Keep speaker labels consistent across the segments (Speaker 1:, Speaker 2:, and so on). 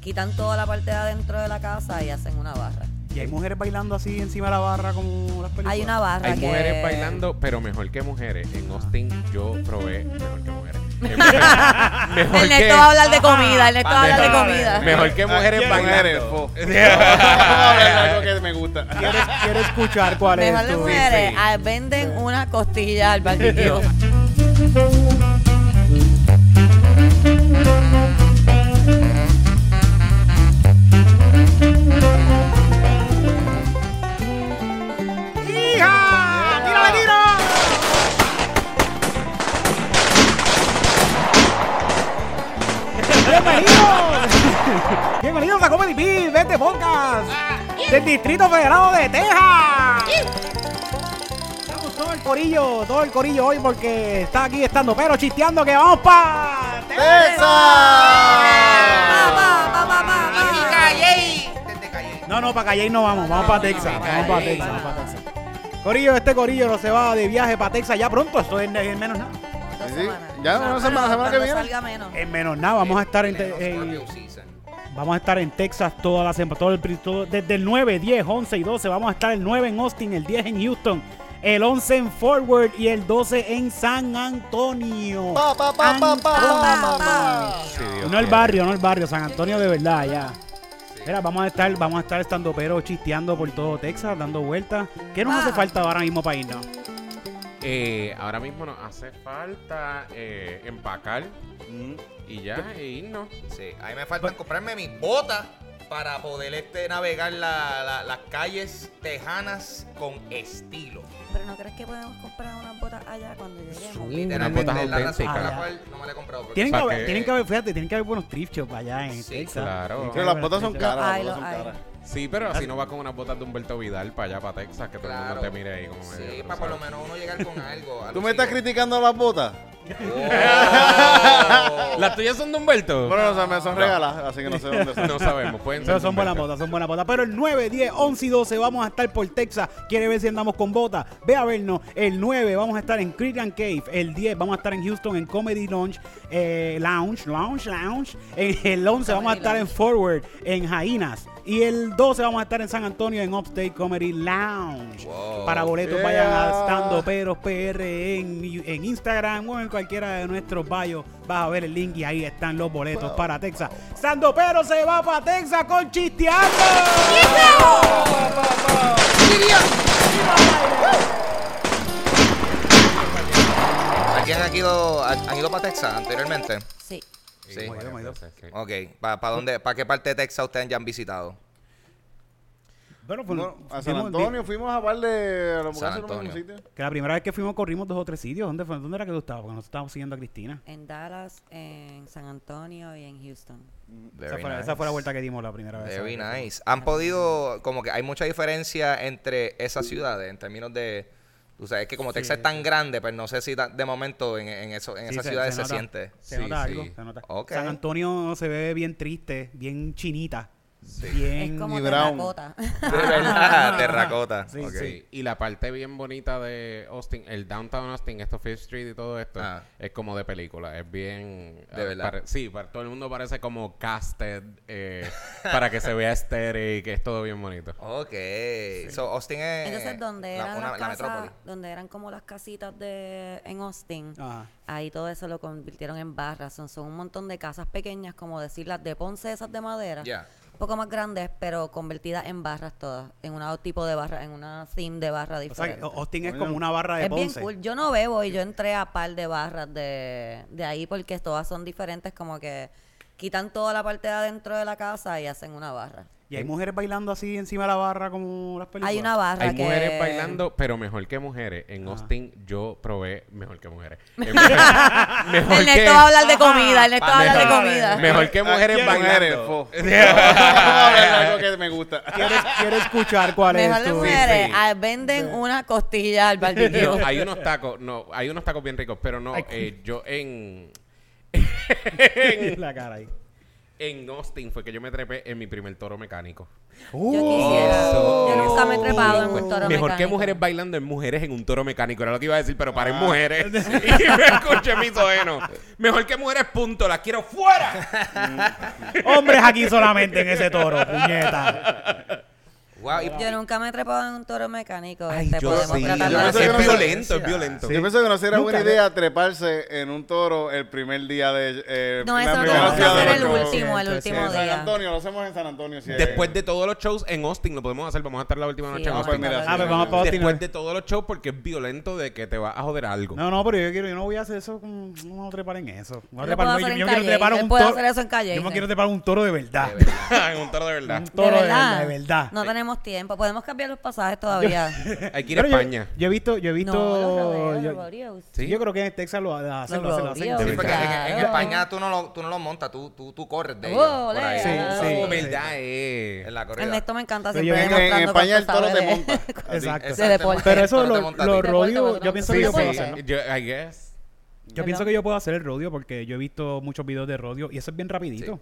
Speaker 1: quitan toda la parte de adentro de la casa y hacen una barra.
Speaker 2: Y hay mujeres bailando así encima de la barra como las películas.
Speaker 1: Hay una barra
Speaker 3: Hay
Speaker 1: que...
Speaker 3: mujeres bailando, pero mejor que mujeres. En Austin yo probé mejor que mujeres. Mejor, mejor
Speaker 1: Ah, Ernesto va a hablar de comida, Ernesto va a hablar de
Speaker 3: Mejor-
Speaker 1: comida.
Speaker 3: Mejor que mujeres
Speaker 4: mujeres,
Speaker 3: bailando.
Speaker 4: po. Algo que me gusta.
Speaker 2: ¿Quieres, quieres escuchar cuál
Speaker 1: Mejor
Speaker 2: es
Speaker 1: de
Speaker 2: tu-
Speaker 1: mujeres,
Speaker 3: sí.
Speaker 1: ah, venden una costilla al barbecue.
Speaker 2: ¡Hija! ¡Tírale, tiro! ¡Bienvenidos! ¡Bienvenidos a Comedy Beef! ¡Vente Podcast! ¡Del Distrito Federal de Texas! Estamos todo el corillo, todo el corillo hoy porque está aquí estando pero chisteando que vamos pa...
Speaker 1: Pa,
Speaker 4: ¡Esa!
Speaker 1: pa, pa, pa, pa, pa.
Speaker 2: No, no, para Calle no vamos, vamos para Texas. Vamos para Texas, vamos para Texas. Corillo, este corillo no se va de viaje para Texas ya pronto, esto es en menos nada.
Speaker 1: Dos
Speaker 4: Sí, sí.
Speaker 1: semanas.
Speaker 4: Ya, una
Speaker 1: Bueno,
Speaker 4: semana, la semana que
Speaker 1: cuando
Speaker 4: viene. Eh,
Speaker 1: salga menos.
Speaker 2: En menos nada, vamos a estar en, te- en- vamos a estar en Texas toda la semana, todo el pri- todo- desde el 9, 10, 11 y 12, vamos a estar el 9 en Austin, el 10 en Houston, el 11 en Forward y el 12 en San Antonio.
Speaker 4: Pa, pa, pa, pa, pa, pa, pa, pa.
Speaker 3: Si Dios
Speaker 2: No el
Speaker 3: quiere.
Speaker 2: barrio, no el barrio, San Antonio de verdad, ya. Mira, vamos a estar, vamos a estar estando pero chisteando por todo Texas, dando vueltas. ¿Qué nos
Speaker 1: Ah.
Speaker 2: hace falta ahora mismo para irnos?
Speaker 3: Eh, ahora mismo nos hace falta eh, empacar
Speaker 2: Mm.
Speaker 3: y ya, e irnos.
Speaker 5: Sí, a mí me faltan comprarme mis botas para poder este, navegar la- la- las calles tejanas con estilo.
Speaker 1: Pero no crees que podemos comprar unas botas allá cuando lleguemos.
Speaker 5: Literalmente,
Speaker 3: botas
Speaker 5: es la razón por
Speaker 2: auténticas.
Speaker 5: la cual no me la he comprado. porque-
Speaker 2: Tienen que,
Speaker 3: Pa'
Speaker 2: haber,
Speaker 3: que-
Speaker 2: tienen que haber, fíjate, tienen que haber buenos thrift shops allá en
Speaker 5: Sí,
Speaker 2: Texas.
Speaker 3: claro.
Speaker 2: Tienen que
Speaker 4: Pero
Speaker 2: haber
Speaker 4: las botas son
Speaker 2: buenos thrift
Speaker 4: caras, las
Speaker 1: Ay,
Speaker 4: botas
Speaker 1: lo-
Speaker 4: son
Speaker 1: ay.
Speaker 4: caras.
Speaker 3: Sí, pero así no va con unas botas de Humberto Vidal para allá, para Texas, que todo el mundo
Speaker 5: Claro.
Speaker 3: te mire ahí como medio
Speaker 5: Sí,
Speaker 3: cruzado.
Speaker 5: para por lo menos uno llegar con algo.
Speaker 4: ¿Tú me estás
Speaker 5: alucina.
Speaker 4: criticando las botas?
Speaker 5: Oh.
Speaker 3: ¿Las tuyas son de Humberto?
Speaker 4: Bueno, o sea, me son regalas, así que no sé dónde son.
Speaker 3: No sabemos, pueden ser
Speaker 2: Pero
Speaker 3: de
Speaker 2: son buenas
Speaker 3: Humberto.
Speaker 2: botas, son buenas botas. Pero el 9, 10, 11 y 12 vamos a estar por Texas. ¿Quiere ver si andamos con botas? Ve a vernos. El 9 vamos a estar en Creedland Cave. El 10 vamos a estar en Houston en Comedy Lounge. eh, lounge, Lounge, Lounge. En el 11 vamos a
Speaker 1: Comedy
Speaker 2: estar en
Speaker 1: Lounge.
Speaker 2: Forward, en Jainas. Y el 12 vamos a estar en San Antonio en Upstate Comedy Lounge.
Speaker 5: Wow.
Speaker 2: Para boletos
Speaker 4: Yeah.
Speaker 2: vayan a Stando Peros PR en, en Instagram o en cualquiera de nuestros bios. Vas a ver el link y ahí están los boletos para Texas. Stando Peros se va para Texas con Chisteando.
Speaker 5: ¿Aquí han ido, han ido para Texas anteriormente?
Speaker 1: Sí.
Speaker 5: Sí.
Speaker 2: Hemos ido, hemos ido.
Speaker 3: Sí, sí.
Speaker 5: Ok, ¿para dónde, para qué parte de Texas ustedes ya han visitado?
Speaker 2: Bueno, fue-
Speaker 4: Bueno, a San
Speaker 2: fuimos-
Speaker 4: Antonio fuimos a par de a los
Speaker 5: San
Speaker 4: lugares, no me
Speaker 5: Antonio.
Speaker 4: sitio.
Speaker 2: Que la primera vez que fuimos corrimos dos o tres sitios. ¿Dónde, fue? ¿Dónde era que tú estabas? Porque nosotros estábamos siguiendo a Cristina.
Speaker 1: En Dallas, en San Antonio y en Houston.
Speaker 2: Esa fue, la- esa fue la vuelta que dimos la primera vez.
Speaker 5: Very nice. Han podido, como que hay mucha diferencia entre esas ciudades en términos de. Tú sabes que como Texas es tan grande, pero no sé si ta- de momento en, en, eso, en
Speaker 2: Sí,
Speaker 5: esas ciudades se,
Speaker 2: nota.
Speaker 5: siente.
Speaker 2: Se
Speaker 3: Sí,
Speaker 2: nota
Speaker 3: sí.
Speaker 2: algo. se nota.
Speaker 5: Ok.
Speaker 2: San Antonio se ve bien triste, bien chinita. Bien.
Speaker 1: Es como
Speaker 4: y Brown.
Speaker 1: terracota.
Speaker 5: De verdad, terracota.
Speaker 2: Sí,
Speaker 5: Ok.
Speaker 3: Sí, y la parte bien bonita de Austin, el downtown Austin, esto Fifth Street y todo esto,
Speaker 5: Ah.
Speaker 3: es como de película, es bien...
Speaker 5: De
Speaker 3: ah,
Speaker 5: verdad.
Speaker 3: pare- sí, para, todo el mundo parece como casted eh, para que se vea estéril y que es todo bien bonito.
Speaker 5: Ok. So, Austin es.
Speaker 1: Entonces, donde
Speaker 5: Eh, la-
Speaker 1: eran
Speaker 5: una-
Speaker 1: las
Speaker 5: la
Speaker 1: casas,
Speaker 5: metrópoli.
Speaker 1: donde eran como las casitas de en Austin,
Speaker 2: Ajá.
Speaker 1: ahí todo eso lo convirtieron en barras. Son, son un montón de casas pequeñas, como decir las de Ponce, esas de madera.
Speaker 5: Ya.
Speaker 1: Un poco más grandes, pero convertidas en barras todas. En un tipo de barra, en una theme de barra
Speaker 2: O sea,
Speaker 1: diferente.
Speaker 2: que Austin es como una barra de
Speaker 1: es bien
Speaker 2: Ponce.
Speaker 1: cool. Yo no bebo y yo entré a par de barras de, de ahí porque todas son diferentes, como que quitan toda la parte de adentro de la casa y hacen una barra.
Speaker 2: Y hay mujeres bailando así encima de la barra como las películas.
Speaker 1: Hay una barra
Speaker 3: Hay
Speaker 1: que...
Speaker 3: mujeres bailando, pero mejor que mujeres. En Austin yo probé mejor que mujeres. En- mejor, que,
Speaker 1: Ernesto Ah, va a hablar de comida, Ernesto va a hablar de
Speaker 3: Mejor-
Speaker 1: comida.
Speaker 3: mejor que mujeres
Speaker 4: ¿Quién? Mujeres,
Speaker 3: bailando.
Speaker 4: po. Algo que me gusta.
Speaker 2: ¿Quieres, quieres escuchar cuál
Speaker 1: Mejor
Speaker 2: es
Speaker 1: de
Speaker 2: tu...
Speaker 1: mujeres,
Speaker 3: sí.
Speaker 1: ah, venden una costilla al barbecue.
Speaker 3: hay unos tacos, no, hay unos tacos bien ricos, pero no, eh, yo en...
Speaker 2: la cara ahí.
Speaker 3: en Austin fue que yo me trepé en mi primer toro mecánico.
Speaker 1: Yo quisiera. Oh. Yo nunca me he trepado en un toro
Speaker 3: Mejor que
Speaker 1: mecánico.
Speaker 3: mujeres bailando en mujeres en un toro mecánico. Era lo que iba a decir, pero para en mujeres. y me escuché mi soeno. Mejor que mujeres, punto. Las quiero fuera.
Speaker 2: Uh, Hombres aquí solamente en ese toro, puñeta.
Speaker 5: Wow, y-
Speaker 1: Yo nunca me he trepado en un toro mecánico.
Speaker 3: Ay,
Speaker 1: este,
Speaker 3: yo
Speaker 1: podemos
Speaker 3: sí.
Speaker 1: tratarlo
Speaker 4: Yo
Speaker 1: así.
Speaker 4: no sé
Speaker 3: es
Speaker 4: qué
Speaker 3: violento, es
Speaker 5: violencia.
Speaker 3: violento.
Speaker 2: pues,
Speaker 4: Yo pienso que no sería buena
Speaker 2: Nunca, ¿no?
Speaker 4: idea treparse en un toro el primer día de. Eh,
Speaker 1: No,
Speaker 4: la
Speaker 1: eso lo
Speaker 4: primera
Speaker 1: tenemos que
Speaker 4: ciudad
Speaker 1: hacer
Speaker 4: de
Speaker 1: el
Speaker 4: los-
Speaker 1: último, el
Speaker 2: Sí,
Speaker 1: último
Speaker 4: En San
Speaker 1: día.
Speaker 4: Antonio, lo hacemos en San Antonio. si es-
Speaker 3: Después de todos los shows en Austin, lo podemos hacer. Vamos a estar la última noche
Speaker 1: Sí,
Speaker 3: en
Speaker 1: vamos
Speaker 4: Ah, pues
Speaker 3: Austin.
Speaker 1: a
Speaker 4: mira,
Speaker 1: tratar-
Speaker 4: sí,
Speaker 2: Ah, pues vamos para
Speaker 3: Después
Speaker 2: Austin.
Speaker 3: de todos los shows, porque es violento de que te vas a joder algo.
Speaker 2: No, no, pero yo quiero, yo no voy a hacer eso con, no me voy a trepar en eso. Me voy
Speaker 1: Yo
Speaker 2: a trepar-
Speaker 1: puedo
Speaker 2: yo-
Speaker 1: hacer en
Speaker 2: yo quiero
Speaker 1: calle,
Speaker 2: trepar
Speaker 1: él
Speaker 2: un
Speaker 1: puede
Speaker 2: toro-
Speaker 1: hacer eso en calle,
Speaker 2: Yo me
Speaker 1: dice.
Speaker 2: quiero trepar un toro de verdad.
Speaker 3: en un toro de verdad.
Speaker 2: Un toro de
Speaker 1: de verdad.
Speaker 2: verdad, de verdad.
Speaker 1: No tenemos tiempo. Podemos cambiar los pasajes todavía.
Speaker 3: Hay que ir a
Speaker 2: Pero yo-
Speaker 3: España.
Speaker 2: Yo, he visto, yo he visto.
Speaker 1: no, los rodeos,
Speaker 2: yo,
Speaker 1: los rodeos.
Speaker 2: sí, yo creo que en Texas lo hacen, lo hacen, lo hacen.
Speaker 1: rodeos,
Speaker 5: sí, porque en- en,
Speaker 1: claro.
Speaker 5: España tú no lo, tú no lo montas, tú, tú, tú corres de ellos.
Speaker 1: Oh,
Speaker 5: por ahí.
Speaker 1: ole, ole,
Speaker 2: Sí,
Speaker 3: Oh,
Speaker 2: sí.
Speaker 3: verdad, eh.
Speaker 5: En la corrida.
Speaker 1: Ernesto me encanta
Speaker 2: Pero
Speaker 1: siempre
Speaker 2: yo-
Speaker 4: En, en
Speaker 1: demostrando
Speaker 4: España el
Speaker 1: cuánto
Speaker 4: toro
Speaker 1: sabe
Speaker 4: te
Speaker 1: de-
Speaker 4: monta.
Speaker 2: Exacto.
Speaker 1: De deporte.
Speaker 2: Pero eso,
Speaker 5: lo
Speaker 2: lo-
Speaker 5: montas
Speaker 2: los
Speaker 5: tú.
Speaker 1: ro-
Speaker 2: rodeos,
Speaker 1: Deporte,
Speaker 2: yo pienso que yo
Speaker 1: deporte.
Speaker 2: puedo
Speaker 1: Sí, ¿no?
Speaker 2: hacer.
Speaker 3: Yo, I guess.
Speaker 2: Yo pienso que yo puedo hacer el rodeo porque yo he visto muchos videos de rodeo y eso es bien rapidito.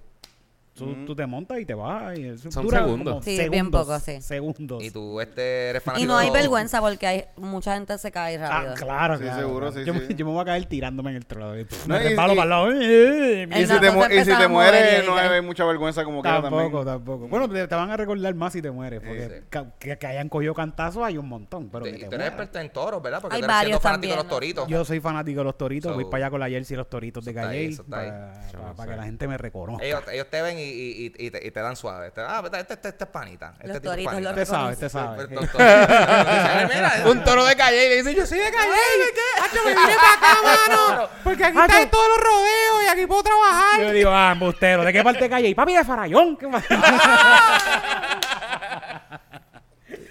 Speaker 2: Tú,
Speaker 4: Mm.
Speaker 2: tú te montas y te vas. Y eso
Speaker 3: Son
Speaker 2: dura
Speaker 3: segundos.
Speaker 2: como
Speaker 1: Sí, bien
Speaker 2: segundos,
Speaker 1: poco, sí.
Speaker 2: Segundos.
Speaker 5: Y tú este, eres
Speaker 1: Y
Speaker 5: fanático.
Speaker 1: no hay vergüenza porque hay mucha gente se cae
Speaker 2: Ah,
Speaker 1: rápido.
Speaker 2: claro,
Speaker 4: Sí,
Speaker 2: claro,
Speaker 4: seguro,
Speaker 2: claro.
Speaker 4: sí,
Speaker 2: yo, me-
Speaker 4: sí.
Speaker 2: yo me voy a caer tirándome en el trono.
Speaker 4: No,
Speaker 2: me
Speaker 4: y-
Speaker 2: resbalo
Speaker 4: y-
Speaker 2: para el lado. eh, eh,
Speaker 1: El
Speaker 4: Y
Speaker 2: y-
Speaker 4: si, te,
Speaker 1: Entonces
Speaker 4: mu- y si
Speaker 1: empezaba
Speaker 4: te
Speaker 1: a mover
Speaker 4: mueres,
Speaker 1: y
Speaker 4: no
Speaker 1: ya.
Speaker 4: hay mucha vergüenza como quiera
Speaker 2: Tampoco,
Speaker 4: también.
Speaker 2: tampoco. Bueno, te, te van a recordar más si te mueres. Porque
Speaker 5: sí.
Speaker 2: ca- que, que hayan cogido cantazos hay un montón. Pero que
Speaker 5: Sí,
Speaker 2: te
Speaker 5: y tú eres
Speaker 2: mueras.
Speaker 5: experto en toros, ¿verdad? Porque
Speaker 1: Hay
Speaker 5: tú eres siendo
Speaker 1: varios
Speaker 5: fanático de los
Speaker 1: también,
Speaker 5: toritos.
Speaker 2: Yo soy fanático de los toritos. Voy
Speaker 5: So-
Speaker 2: para allá con la jersey y los toritos de
Speaker 5: Eso está ahí,
Speaker 2: Calle.
Speaker 5: eso está ahí.
Speaker 2: Para
Speaker 3: Yo no
Speaker 2: que
Speaker 3: sé.
Speaker 2: la gente me reconozca.
Speaker 5: Ellos, ellos te ven y, y, y- y te, y te dan suave. Te- ah, este, este, este es panita. Este
Speaker 1: Los
Speaker 5: tipo es
Speaker 1: toritos,
Speaker 5: panita. Pues,
Speaker 1: los
Speaker 2: Usted sabe, usted sabe.
Speaker 5: Pero- pero- pero- mira,
Speaker 3: Un toro de calle y le dice, yo soy de calle. ¿Qué? Ah, me vine para acá, mano. Porque
Speaker 1: Ah,
Speaker 3: aquí
Speaker 2: Hacho.
Speaker 3: están todos los rodeos y aquí puedo trabajar.
Speaker 2: ah, Yo digo, ah, embustero, ¿de qué parte de calle? Y papi de Farallón. ¿qué más?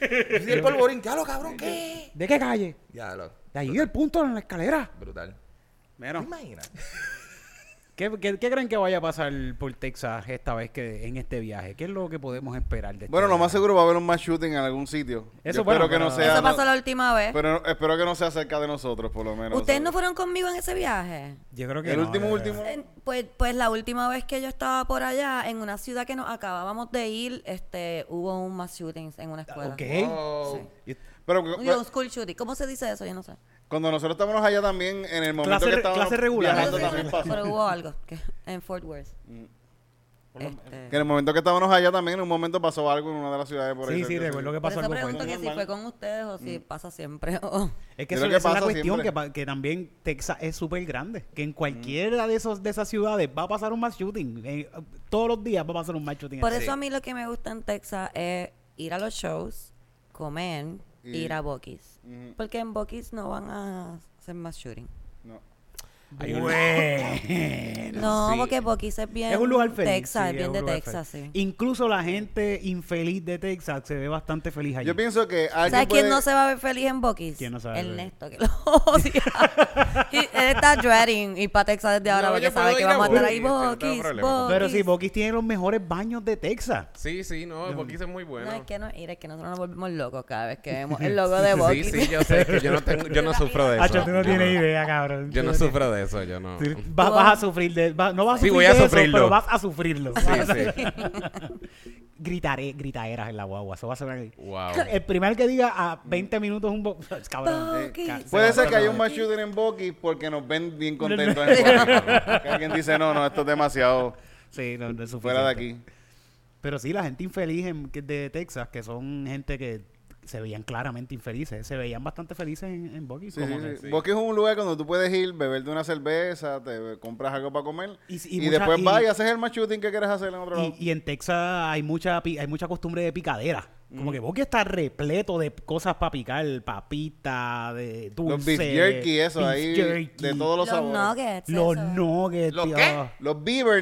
Speaker 5: Y el polvorín, diablo, cabrón, ¿qué?
Speaker 2: ¿De qué calle?
Speaker 5: Diablo,
Speaker 2: De allí del punto en la escalera.
Speaker 5: brutal. ¿Te
Speaker 2: Menos.
Speaker 5: imaginas?
Speaker 2: ¿Qué, qué, qué creen que vaya a pasar por Texas esta vez que en este viaje? ¿Qué es lo que podemos esperar de este
Speaker 4: Bueno, lo más
Speaker 2: viaje?
Speaker 4: seguro va a haber un mass shooting en algún sitio.
Speaker 2: Eso,
Speaker 4: Yo
Speaker 2: bueno,
Speaker 4: espero que no
Speaker 2: pero-
Speaker 4: sea.
Speaker 1: Eso pasó
Speaker 4: no-
Speaker 1: la última vez.
Speaker 4: Pero no- espero que no sea cerca de nosotros, por lo menos.
Speaker 1: ¿Ustedes
Speaker 4: ¿sabes?
Speaker 1: no fueron conmigo en ese viaje?
Speaker 2: Yo creo que
Speaker 4: El
Speaker 2: no,
Speaker 4: último,
Speaker 2: yo creo.
Speaker 4: último.
Speaker 1: Eh, Pues, pues la última vez que yo estaba por allá, en una ciudad que nos acabábamos de ir, este, hubo un mass shootings en una escuela.
Speaker 2: Ok.
Speaker 5: Oh,
Speaker 2: Y-
Speaker 4: Pero
Speaker 1: Un-
Speaker 4: cu-
Speaker 1: un school shooting. ¿Cómo se dice eso? Yo no sé.
Speaker 4: cuando nosotros estábamos allá también, en el momento
Speaker 2: Clase
Speaker 4: que
Speaker 2: re-
Speaker 4: estábamos.
Speaker 2: clase regular.
Speaker 4: viajando
Speaker 2: Clase
Speaker 4: también Mm. pasó.
Speaker 1: Pero hubo algo que- en Fort Worth. Este,
Speaker 4: Que en el momento que estábamos allá también, en un momento pasó algo en una de las ciudades por ahí.
Speaker 2: Sí, sí,
Speaker 4: cerca,
Speaker 2: recuerdo
Speaker 1: por
Speaker 2: que
Speaker 1: eso
Speaker 2: pasó algo
Speaker 1: pregunto
Speaker 2: fuerte.
Speaker 1: que si fue con ustedes o
Speaker 4: Mm.
Speaker 1: si pasa siempre. o-
Speaker 2: Es que
Speaker 4: Yo
Speaker 2: eso,
Speaker 4: creo que
Speaker 2: esa es la
Speaker 4: pasa
Speaker 2: cuestión,
Speaker 4: siempre.
Speaker 2: que, pa- que también Texas es súper grande. Que en cualquiera de, esos, de esas ciudades va a pasar un mass shooting. Eh, todos los días va a pasar un mass shooting.
Speaker 1: Por eso a mí lo que me gusta en Texas es ir a los shows, comer,
Speaker 4: Y- Mm.
Speaker 1: ir a Buc-ee's.
Speaker 4: Ujú.
Speaker 1: Porque en Buc-ee's no van a hacer más shooting.
Speaker 4: No.
Speaker 3: Hay un-
Speaker 2: Bueno.
Speaker 1: No,
Speaker 3: sí.
Speaker 1: porque Buc-ee's es bien
Speaker 2: Es un lugar feliz.
Speaker 1: Texas,
Speaker 2: sí,
Speaker 1: es bien
Speaker 2: un
Speaker 1: de
Speaker 2: lugar
Speaker 1: Texas,
Speaker 2: feliz.
Speaker 1: sí.
Speaker 2: Incluso la gente infeliz de Texas se ve bastante feliz allí.
Speaker 4: Yo pienso que alguien.
Speaker 1: ¿Sabes quién
Speaker 4: puede-
Speaker 1: no se va a ver feliz en Buc-ee's?
Speaker 2: ¿Quién no se va a ver feliz?
Speaker 1: Ernesto, que lo odia. Y él está dreading y para Texas desde ahora
Speaker 3: No,
Speaker 1: porque
Speaker 3: yo puedo
Speaker 1: sabe que
Speaker 3: ir a
Speaker 1: vamos a estar ahí.
Speaker 3: Buc-ee's, no tengo
Speaker 1: Buc-ee's,
Speaker 3: problema con
Speaker 1: Buc-ee's.
Speaker 2: Pero si Boquis tiene los mejores baños de Texas.
Speaker 3: Sí, sí, no, porque es muy bueno.
Speaker 1: No, es que no, mira, es que nosotros nos volvemos locos cada vez que vemos el logo de
Speaker 3: Sí,
Speaker 1: Buc-ee's.
Speaker 3: sí, yo sé que yo no, tengo, yo no sufro de eso.
Speaker 2: Hacho, tú no
Speaker 3: Yo
Speaker 2: tienes idea, cabrón.
Speaker 3: Yo
Speaker 2: Tú
Speaker 3: no
Speaker 2: tienes-
Speaker 3: sufro de eso, yo no.
Speaker 2: tú
Speaker 3: Sí,
Speaker 2: vas, vas a sufrir de. va- no vas a
Speaker 3: Sí,
Speaker 2: sufrir
Speaker 3: voy a
Speaker 2: de eso,
Speaker 3: sufrirlo.
Speaker 2: pero vas a sufrirlo.
Speaker 3: sí.
Speaker 2: Gritaré, gritaeras en la guagua. Eso va a ser una-
Speaker 3: Wow.
Speaker 2: El primer que diga a 20 minutos un. bo- Cabrón.
Speaker 1: Buc-ee's.
Speaker 2: ca- se va
Speaker 4: Puede
Speaker 2: a
Speaker 4: ser que
Speaker 2: poner-
Speaker 4: haya un mass shooting en Boqui porque nos ven bien contentos en Boqui. Que alguien dice, no, no, esto es demasiado
Speaker 2: Sí, no, no es suficiente.
Speaker 4: fuera de aquí.
Speaker 2: Pero sí, la gente infeliz en- que- de Texas, que son gente que se veían claramente infelices, se veían bastante felices en, en Buc-ee's,
Speaker 4: Sí,
Speaker 2: como
Speaker 4: sí,
Speaker 2: que-
Speaker 4: sí. Bosque es un lugar donde tú puedes ir, beberte una cerveza, te compras algo para comer
Speaker 2: Y-
Speaker 4: y,
Speaker 2: y mucha-
Speaker 4: después
Speaker 2: y-
Speaker 4: vas y haces el más shooting que quieres hacer en otro lado.
Speaker 2: Y, y en Texas hay mucha pi- hay mucha costumbre de picadera.
Speaker 4: Mm.
Speaker 2: Como que Boqui está repleto de cosas para picar, papita, de dulce.
Speaker 4: los beef jerky, eso,
Speaker 2: beef
Speaker 4: ahí
Speaker 2: jerky,
Speaker 4: de todos los,
Speaker 1: Los
Speaker 4: sabores.
Speaker 1: nuggets.
Speaker 2: Los
Speaker 1: eso.
Speaker 2: nuggets,
Speaker 5: ¿Los
Speaker 2: tío.
Speaker 5: qué?
Speaker 4: Los
Speaker 2: De
Speaker 4: beaver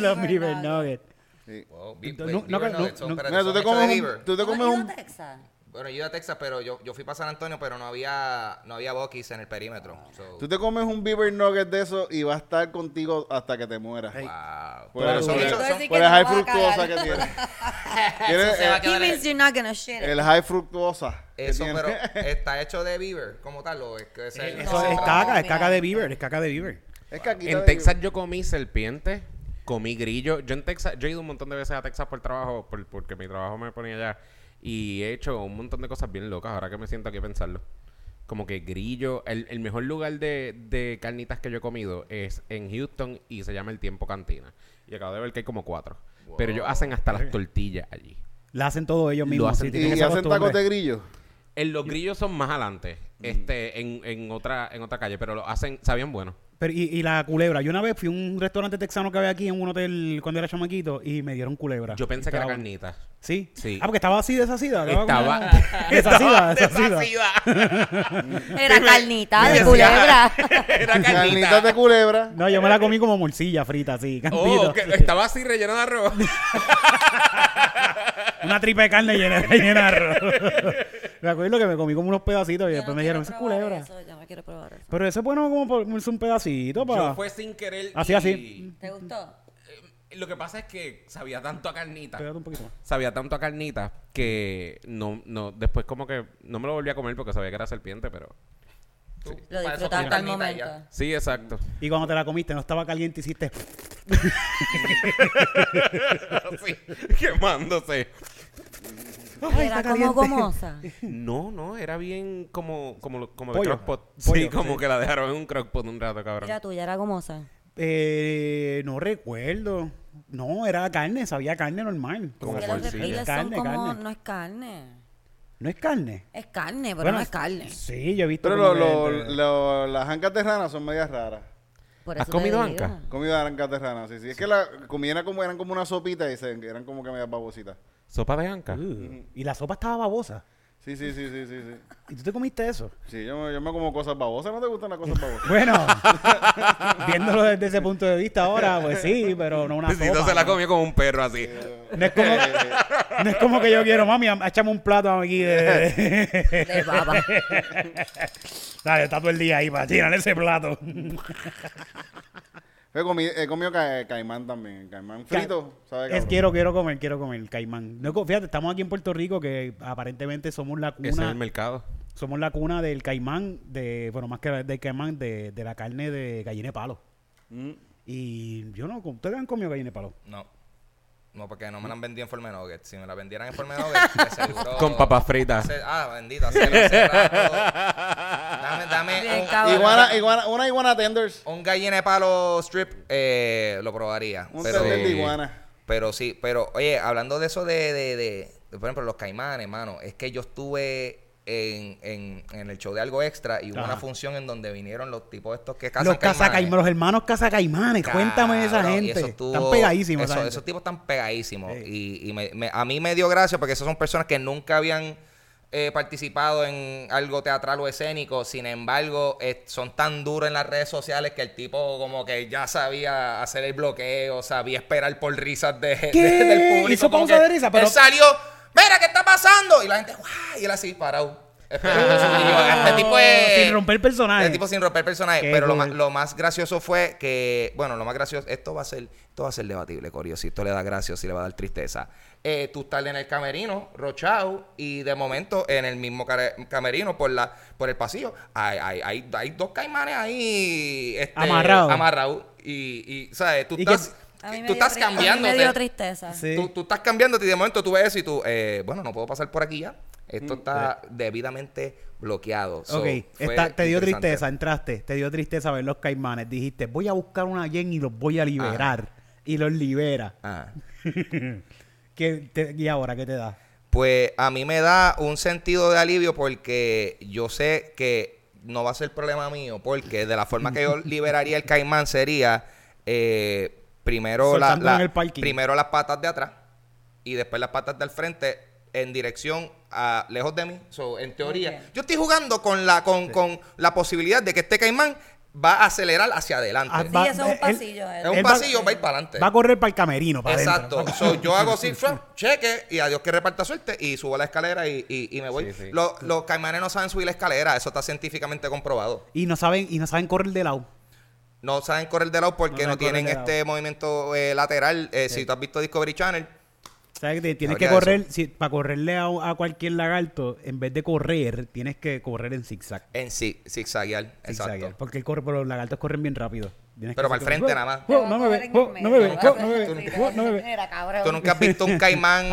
Speaker 2: los beaver nuggets.
Speaker 4: Sí.
Speaker 5: Wow, vi-
Speaker 2: No,
Speaker 5: wait,
Speaker 2: no,
Speaker 5: Beaver
Speaker 2: no,
Speaker 5: Nuggets, son-
Speaker 2: no.
Speaker 5: espérate,
Speaker 4: Mira,
Speaker 5: son
Speaker 4: tú te
Speaker 5: hechos de
Speaker 4: comes
Speaker 5: Beaver.
Speaker 4: un, tú te
Speaker 1: ¿Tú has
Speaker 4: comes
Speaker 1: ido a
Speaker 4: un-
Speaker 1: Texas?
Speaker 5: Bueno, yo iba a Texas, pero yo, yo fui para San Antonio, pero no había, no había Buc-ee's en el perímetro. So,
Speaker 4: tú te comes un beaver nugget de eso y va a estar contigo hasta que te mueras.
Speaker 5: wow.
Speaker 4: Por
Speaker 5: Pero
Speaker 4: el-
Speaker 5: son
Speaker 4: por el-
Speaker 5: hechos- son-
Speaker 1: Así
Speaker 4: por
Speaker 1: que no
Speaker 4: el high
Speaker 1: vas a
Speaker 4: fructuosa
Speaker 1: cagar.
Speaker 4: que tiene.
Speaker 5: eso se va a
Speaker 1: He
Speaker 5: quedar en-
Speaker 1: means you're not gonna shit it.
Speaker 4: El high fructuosa. que
Speaker 5: Eso,
Speaker 4: tiene.
Speaker 5: pero está hecho de Beaver como tal, o es que es el-
Speaker 2: Eso
Speaker 1: No,
Speaker 2: es caca,
Speaker 1: mira.
Speaker 2: es caca de beaver, es caca de beaver.
Speaker 4: Es que aquí
Speaker 3: En
Speaker 4: está-
Speaker 3: Texas yo comí serpiente, comí grillo. Yo en Texas, yo he ido un montón de veces a Texas por trabajo, por- porque mi trabajo me ponía allá. Y he hecho un montón de cosas bien locas, ahora que me siento aquí a pensarlo. Como que grillo, el, el mejor lugar de, de carnitas que yo he comido es en Houston y se llama El Tiempo Cantina. Y acabo de ver que hay como cuatro. Pero ellos hacen hasta las tortillas allí.
Speaker 2: La hacen todo ellos
Speaker 3: Lo
Speaker 2: mismos.
Speaker 3: hacen
Speaker 2: sí, tienen
Speaker 4: Y
Speaker 2: esa
Speaker 4: hacen tacos
Speaker 2: costumbre.
Speaker 4: de grillo.
Speaker 3: En los grillos son más adelante, este, en, en otra, en otra calle, pero lo hacen, sabían bueno.
Speaker 2: Pero, y, y la culebra. Yo una vez fui a un restaurante texano que había aquí en un hotel cuando era chamaquito y me dieron culebra.
Speaker 3: Yo pensé que era
Speaker 2: Estaba-
Speaker 3: carnitas.
Speaker 2: ¿Sí?
Speaker 3: Sí.
Speaker 2: Ah, porque estaba así desasida.
Speaker 3: Estaba-
Speaker 2: desasida, desasida.
Speaker 1: Era carnita de
Speaker 3: Decía-
Speaker 1: culebra.
Speaker 3: Era
Speaker 4: Carnitas de
Speaker 3: carnita.
Speaker 4: culebra.
Speaker 2: No, yo me la comí como morcilla frita, así, cantito.
Speaker 3: Oh, que estaba así rellena de arroz.
Speaker 2: Una tripa de carne llena, llena de arroz. me acuerdo que me comí como unos pedacitos y
Speaker 1: Yo
Speaker 2: después
Speaker 1: no
Speaker 2: pues me
Speaker 1: quiero
Speaker 2: dijeron, esa es
Speaker 1: probar
Speaker 2: culebra.
Speaker 1: eso, yo no quiero probar eso.
Speaker 2: Pero eso es bueno como por comerse un pedacito para...
Speaker 3: Yo fue sin querer.
Speaker 2: Así,
Speaker 3: y-
Speaker 2: así.
Speaker 1: ¿Te gustó?
Speaker 3: Lo que pasa es que sabía tanto a carnita.
Speaker 2: Espérate un poquito más.
Speaker 3: Sabía tanto a carnita que no, no, después como que no me lo volví a comer porque sabía que era serpiente, pero.
Speaker 1: Lo
Speaker 5: Para
Speaker 1: disfrutaste
Speaker 5: eso comí
Speaker 1: hasta el
Speaker 5: carnita y ya.
Speaker 1: momento.
Speaker 3: Sí, exacto.
Speaker 2: Y cuando te la comiste, no estaba caliente, hiciste...
Speaker 3: Así, quemándose.
Speaker 2: está
Speaker 1: Era como
Speaker 2: caliente.
Speaker 1: gomosa.
Speaker 3: No, no, era bien como, como, lo- como de
Speaker 2: Pollo.
Speaker 3: crockpot.
Speaker 2: Pollo,
Speaker 3: sí, como
Speaker 2: sí.
Speaker 3: que la dejaron en un crockpot un rato, cabrón.
Speaker 1: Era tuya, era gomosa.
Speaker 2: Eh, no recuerdo. No, era carne, sabía carne normal.
Speaker 3: Como
Speaker 1: Que los
Speaker 3: morcilla.
Speaker 1: reptiles son
Speaker 2: Carne,
Speaker 1: como...
Speaker 2: carne.
Speaker 1: No es carne.
Speaker 2: ¿No es carne?
Speaker 1: Es carne, pero
Speaker 2: Bueno,
Speaker 1: no es carne.
Speaker 2: Sí, yo he visto...
Speaker 4: Pero
Speaker 2: como
Speaker 4: lo- lo-
Speaker 2: de- de-
Speaker 4: lo- las ancas de rana son medias raras.
Speaker 1: Por
Speaker 3: ¿Has
Speaker 1: eso te
Speaker 3: comido
Speaker 1: digo.
Speaker 3: anca?
Speaker 4: Comida de ancas de rana, sí, sí. Es que la comida como, eran como una sopita y se, eran como que medias babositas.
Speaker 3: Sopa de anca.
Speaker 2: Uh, y la sopa estaba babosa.
Speaker 4: Sí, sí, sí, sí, sí, sí.
Speaker 2: ¿Y tú te comiste eso?
Speaker 4: Sí, yo, me- yo me como cosas babosas. ¿No te gustan las cosas babosas?
Speaker 2: Bueno, viéndolo desde ese punto de vista ahora, pues sí, pero no una
Speaker 3: Sí, no
Speaker 2: sopa,
Speaker 3: se la
Speaker 2: ¿no?
Speaker 3: comió como un perro así.
Speaker 2: No es como,
Speaker 4: Eh,
Speaker 2: no es como que yo quiero, mami, am- échame un plato aquí de...
Speaker 1: De baba.
Speaker 2: Dale, está todo el día ahí para tirar ese plato.
Speaker 4: He comido, he comido ca- eh, caimán también. Caimán frito, ¿sabes?
Speaker 2: Es quiero, quiero comer, quiero comer, caimán. No, co- fíjate, estamos aquí en Puerto Rico que aparentemente somos la
Speaker 3: Ese es el
Speaker 2: cuna,
Speaker 3: mercado.
Speaker 2: somos la cuna del caimán, de, bueno, más que del caimán, de, de la carne de gallina de palo.
Speaker 5: Mm.
Speaker 2: Y yo no, ¿ustedes han comido gallina de palo?
Speaker 5: No. No, porque no me la han vendido en forma de nuggets. Si me la vendieran en forma de nuggets, de seguro...
Speaker 3: Con papas fritas.
Speaker 5: Se- ah, bendito. Hace, hace rato. Dame, dame
Speaker 1: Bien,
Speaker 5: un,
Speaker 1: cabrón.
Speaker 4: Iguana, iguana, una iguana tenders.
Speaker 5: un gallina de palo strip. eh, lo probaría.
Speaker 4: Un
Speaker 5: pero,
Speaker 4: tender de iguana.
Speaker 5: pero sí, pero oye, hablando de eso de, de, de- de, por ejemplo, los caimanes, hermano. Es que yo estuve... En, en, en el show de algo extra y hubo
Speaker 2: Ajá.
Speaker 5: una función en donde vinieron los tipos estos que cazan
Speaker 2: Los, cazacaimanes, los hermanos cazacaimanes, cuéntame de esa
Speaker 5: Cabrón, y
Speaker 2: gente.
Speaker 5: eso estuvo-
Speaker 2: Están pegadísimos. esa
Speaker 5: eso-
Speaker 2: gente.
Speaker 5: Esos tipos están pegadísimos.
Speaker 2: Sí.
Speaker 5: Y, y me- me- a mí me dio gracia porque esas son personas que nunca habían eh, participado en algo teatral o escénico. Sin embargo, eh, son tan duros en las redes sociales que el tipo como que ya sabía hacer el bloqueo, sabía esperar por risas de, de-
Speaker 2: ¿Qué?
Speaker 5: del público.
Speaker 2: Hizo
Speaker 5: como
Speaker 2: pausa
Speaker 5: que
Speaker 2: de risa, pero-
Speaker 5: Él salió, mira, ¿qué está pasando? Y la gente, guau, y él así parado. esperando su- y yo, Este tipo es...
Speaker 2: Sin romper personaje.
Speaker 5: El tipo sin romper personaje.
Speaker 2: Qué
Speaker 5: pero lo
Speaker 2: cool.
Speaker 5: más, lo más gracioso fue que, bueno, lo más gracioso, esto va a ser, esto va a ser debatible, Corio, si esto le da gracia o si le va a dar tristeza. Eh, tú estás en el camerino, rochao, y de momento en el mismo care- camerino por la, por el pasillo, hay, hay, hay, hay dos caimanes ahí este,
Speaker 2: Amarrados.
Speaker 5: amarrados. Y, y, ¿sabes? Tú
Speaker 2: ¿Y qué-
Speaker 5: estás,
Speaker 1: A mí me
Speaker 5: tú
Speaker 1: dio
Speaker 5: estás
Speaker 1: tri- a mí
Speaker 5: cambiando.
Speaker 1: Me dio tristeza.
Speaker 2: Sí.
Speaker 5: Tú, tú estás cambiándote y de momento tú ves eso y tú, eh, bueno, no puedo pasar por aquí ya. Esto está debidamente bloqueado.
Speaker 2: Mm,
Speaker 5: So,
Speaker 2: ok,
Speaker 5: fue
Speaker 2: está- te dio
Speaker 5: interesante.
Speaker 2: tristeza, entraste, te dio tristeza ver los caimanes. Dijiste, voy a buscar una yen y los voy a liberar. Y los libera.
Speaker 5: Ah.
Speaker 2: ¿Qué te- ¿Y ahora qué te da?
Speaker 5: Pues a mí me da un sentido de alivio porque yo sé que no va a ser problema mío, porque de la forma que yo liberaría el caimán sería eh, primero, la-
Speaker 2: Soltándolo
Speaker 5: la-
Speaker 2: en el parking.
Speaker 5: primero las patas de atrás y después las patas del frente en dirección a lejos de mí. So, en teoría,
Speaker 1: Ok.
Speaker 5: yo estoy jugando con la, con, con la posibilidad de que este caimán va a acelerar hacia adelante.
Speaker 2: Ah,
Speaker 1: Sí,
Speaker 2: Va-
Speaker 1: eso es
Speaker 2: él-
Speaker 1: un pasillo. eh.
Speaker 5: es
Speaker 1: él-
Speaker 5: un
Speaker 2: él va-
Speaker 5: pasillo, va a ir para adelante.
Speaker 2: Va a correr para el camerino, para
Speaker 5: Exacto.
Speaker 2: adentro.
Speaker 5: So, yo hago así, ¡fua! cheque, y adiós que reparta suerte, y subo la escalera y, y- y me voy.
Speaker 3: Sí, sí.
Speaker 5: Los, los caimanes no saben subir la escalera, eso está científicamente comprobado.
Speaker 2: Y no saben, y no saben correr de lado.
Speaker 5: No saben correr de lado porque
Speaker 2: No
Speaker 5: no,
Speaker 2: saben correr
Speaker 5: tienen
Speaker 2: de lado.
Speaker 5: este movimiento eh, lateral. Eh, Si tú has visto Discovery Channel,
Speaker 2: O sea, que te- tienes
Speaker 5: Habría
Speaker 2: que correr, si- para correrle a, a cualquier lagarto, en vez de correr, tienes que correr en zigzag.
Speaker 5: en sí, zigzaguear.
Speaker 2: zigzaguear,
Speaker 5: Exacto.
Speaker 2: Porque él corre, pero los lagartos corren bien rápido. Tienes
Speaker 5: Pero
Speaker 2: que
Speaker 5: para
Speaker 2: hacer
Speaker 5: el frente
Speaker 2: como-
Speaker 5: nada más.
Speaker 2: ¡Oh, oh, no me ve, oh, no me ve, oh, no me ve, oh, no me ve.
Speaker 1: Mira, cabrón.
Speaker 5: Tú nunca has visto un caimán.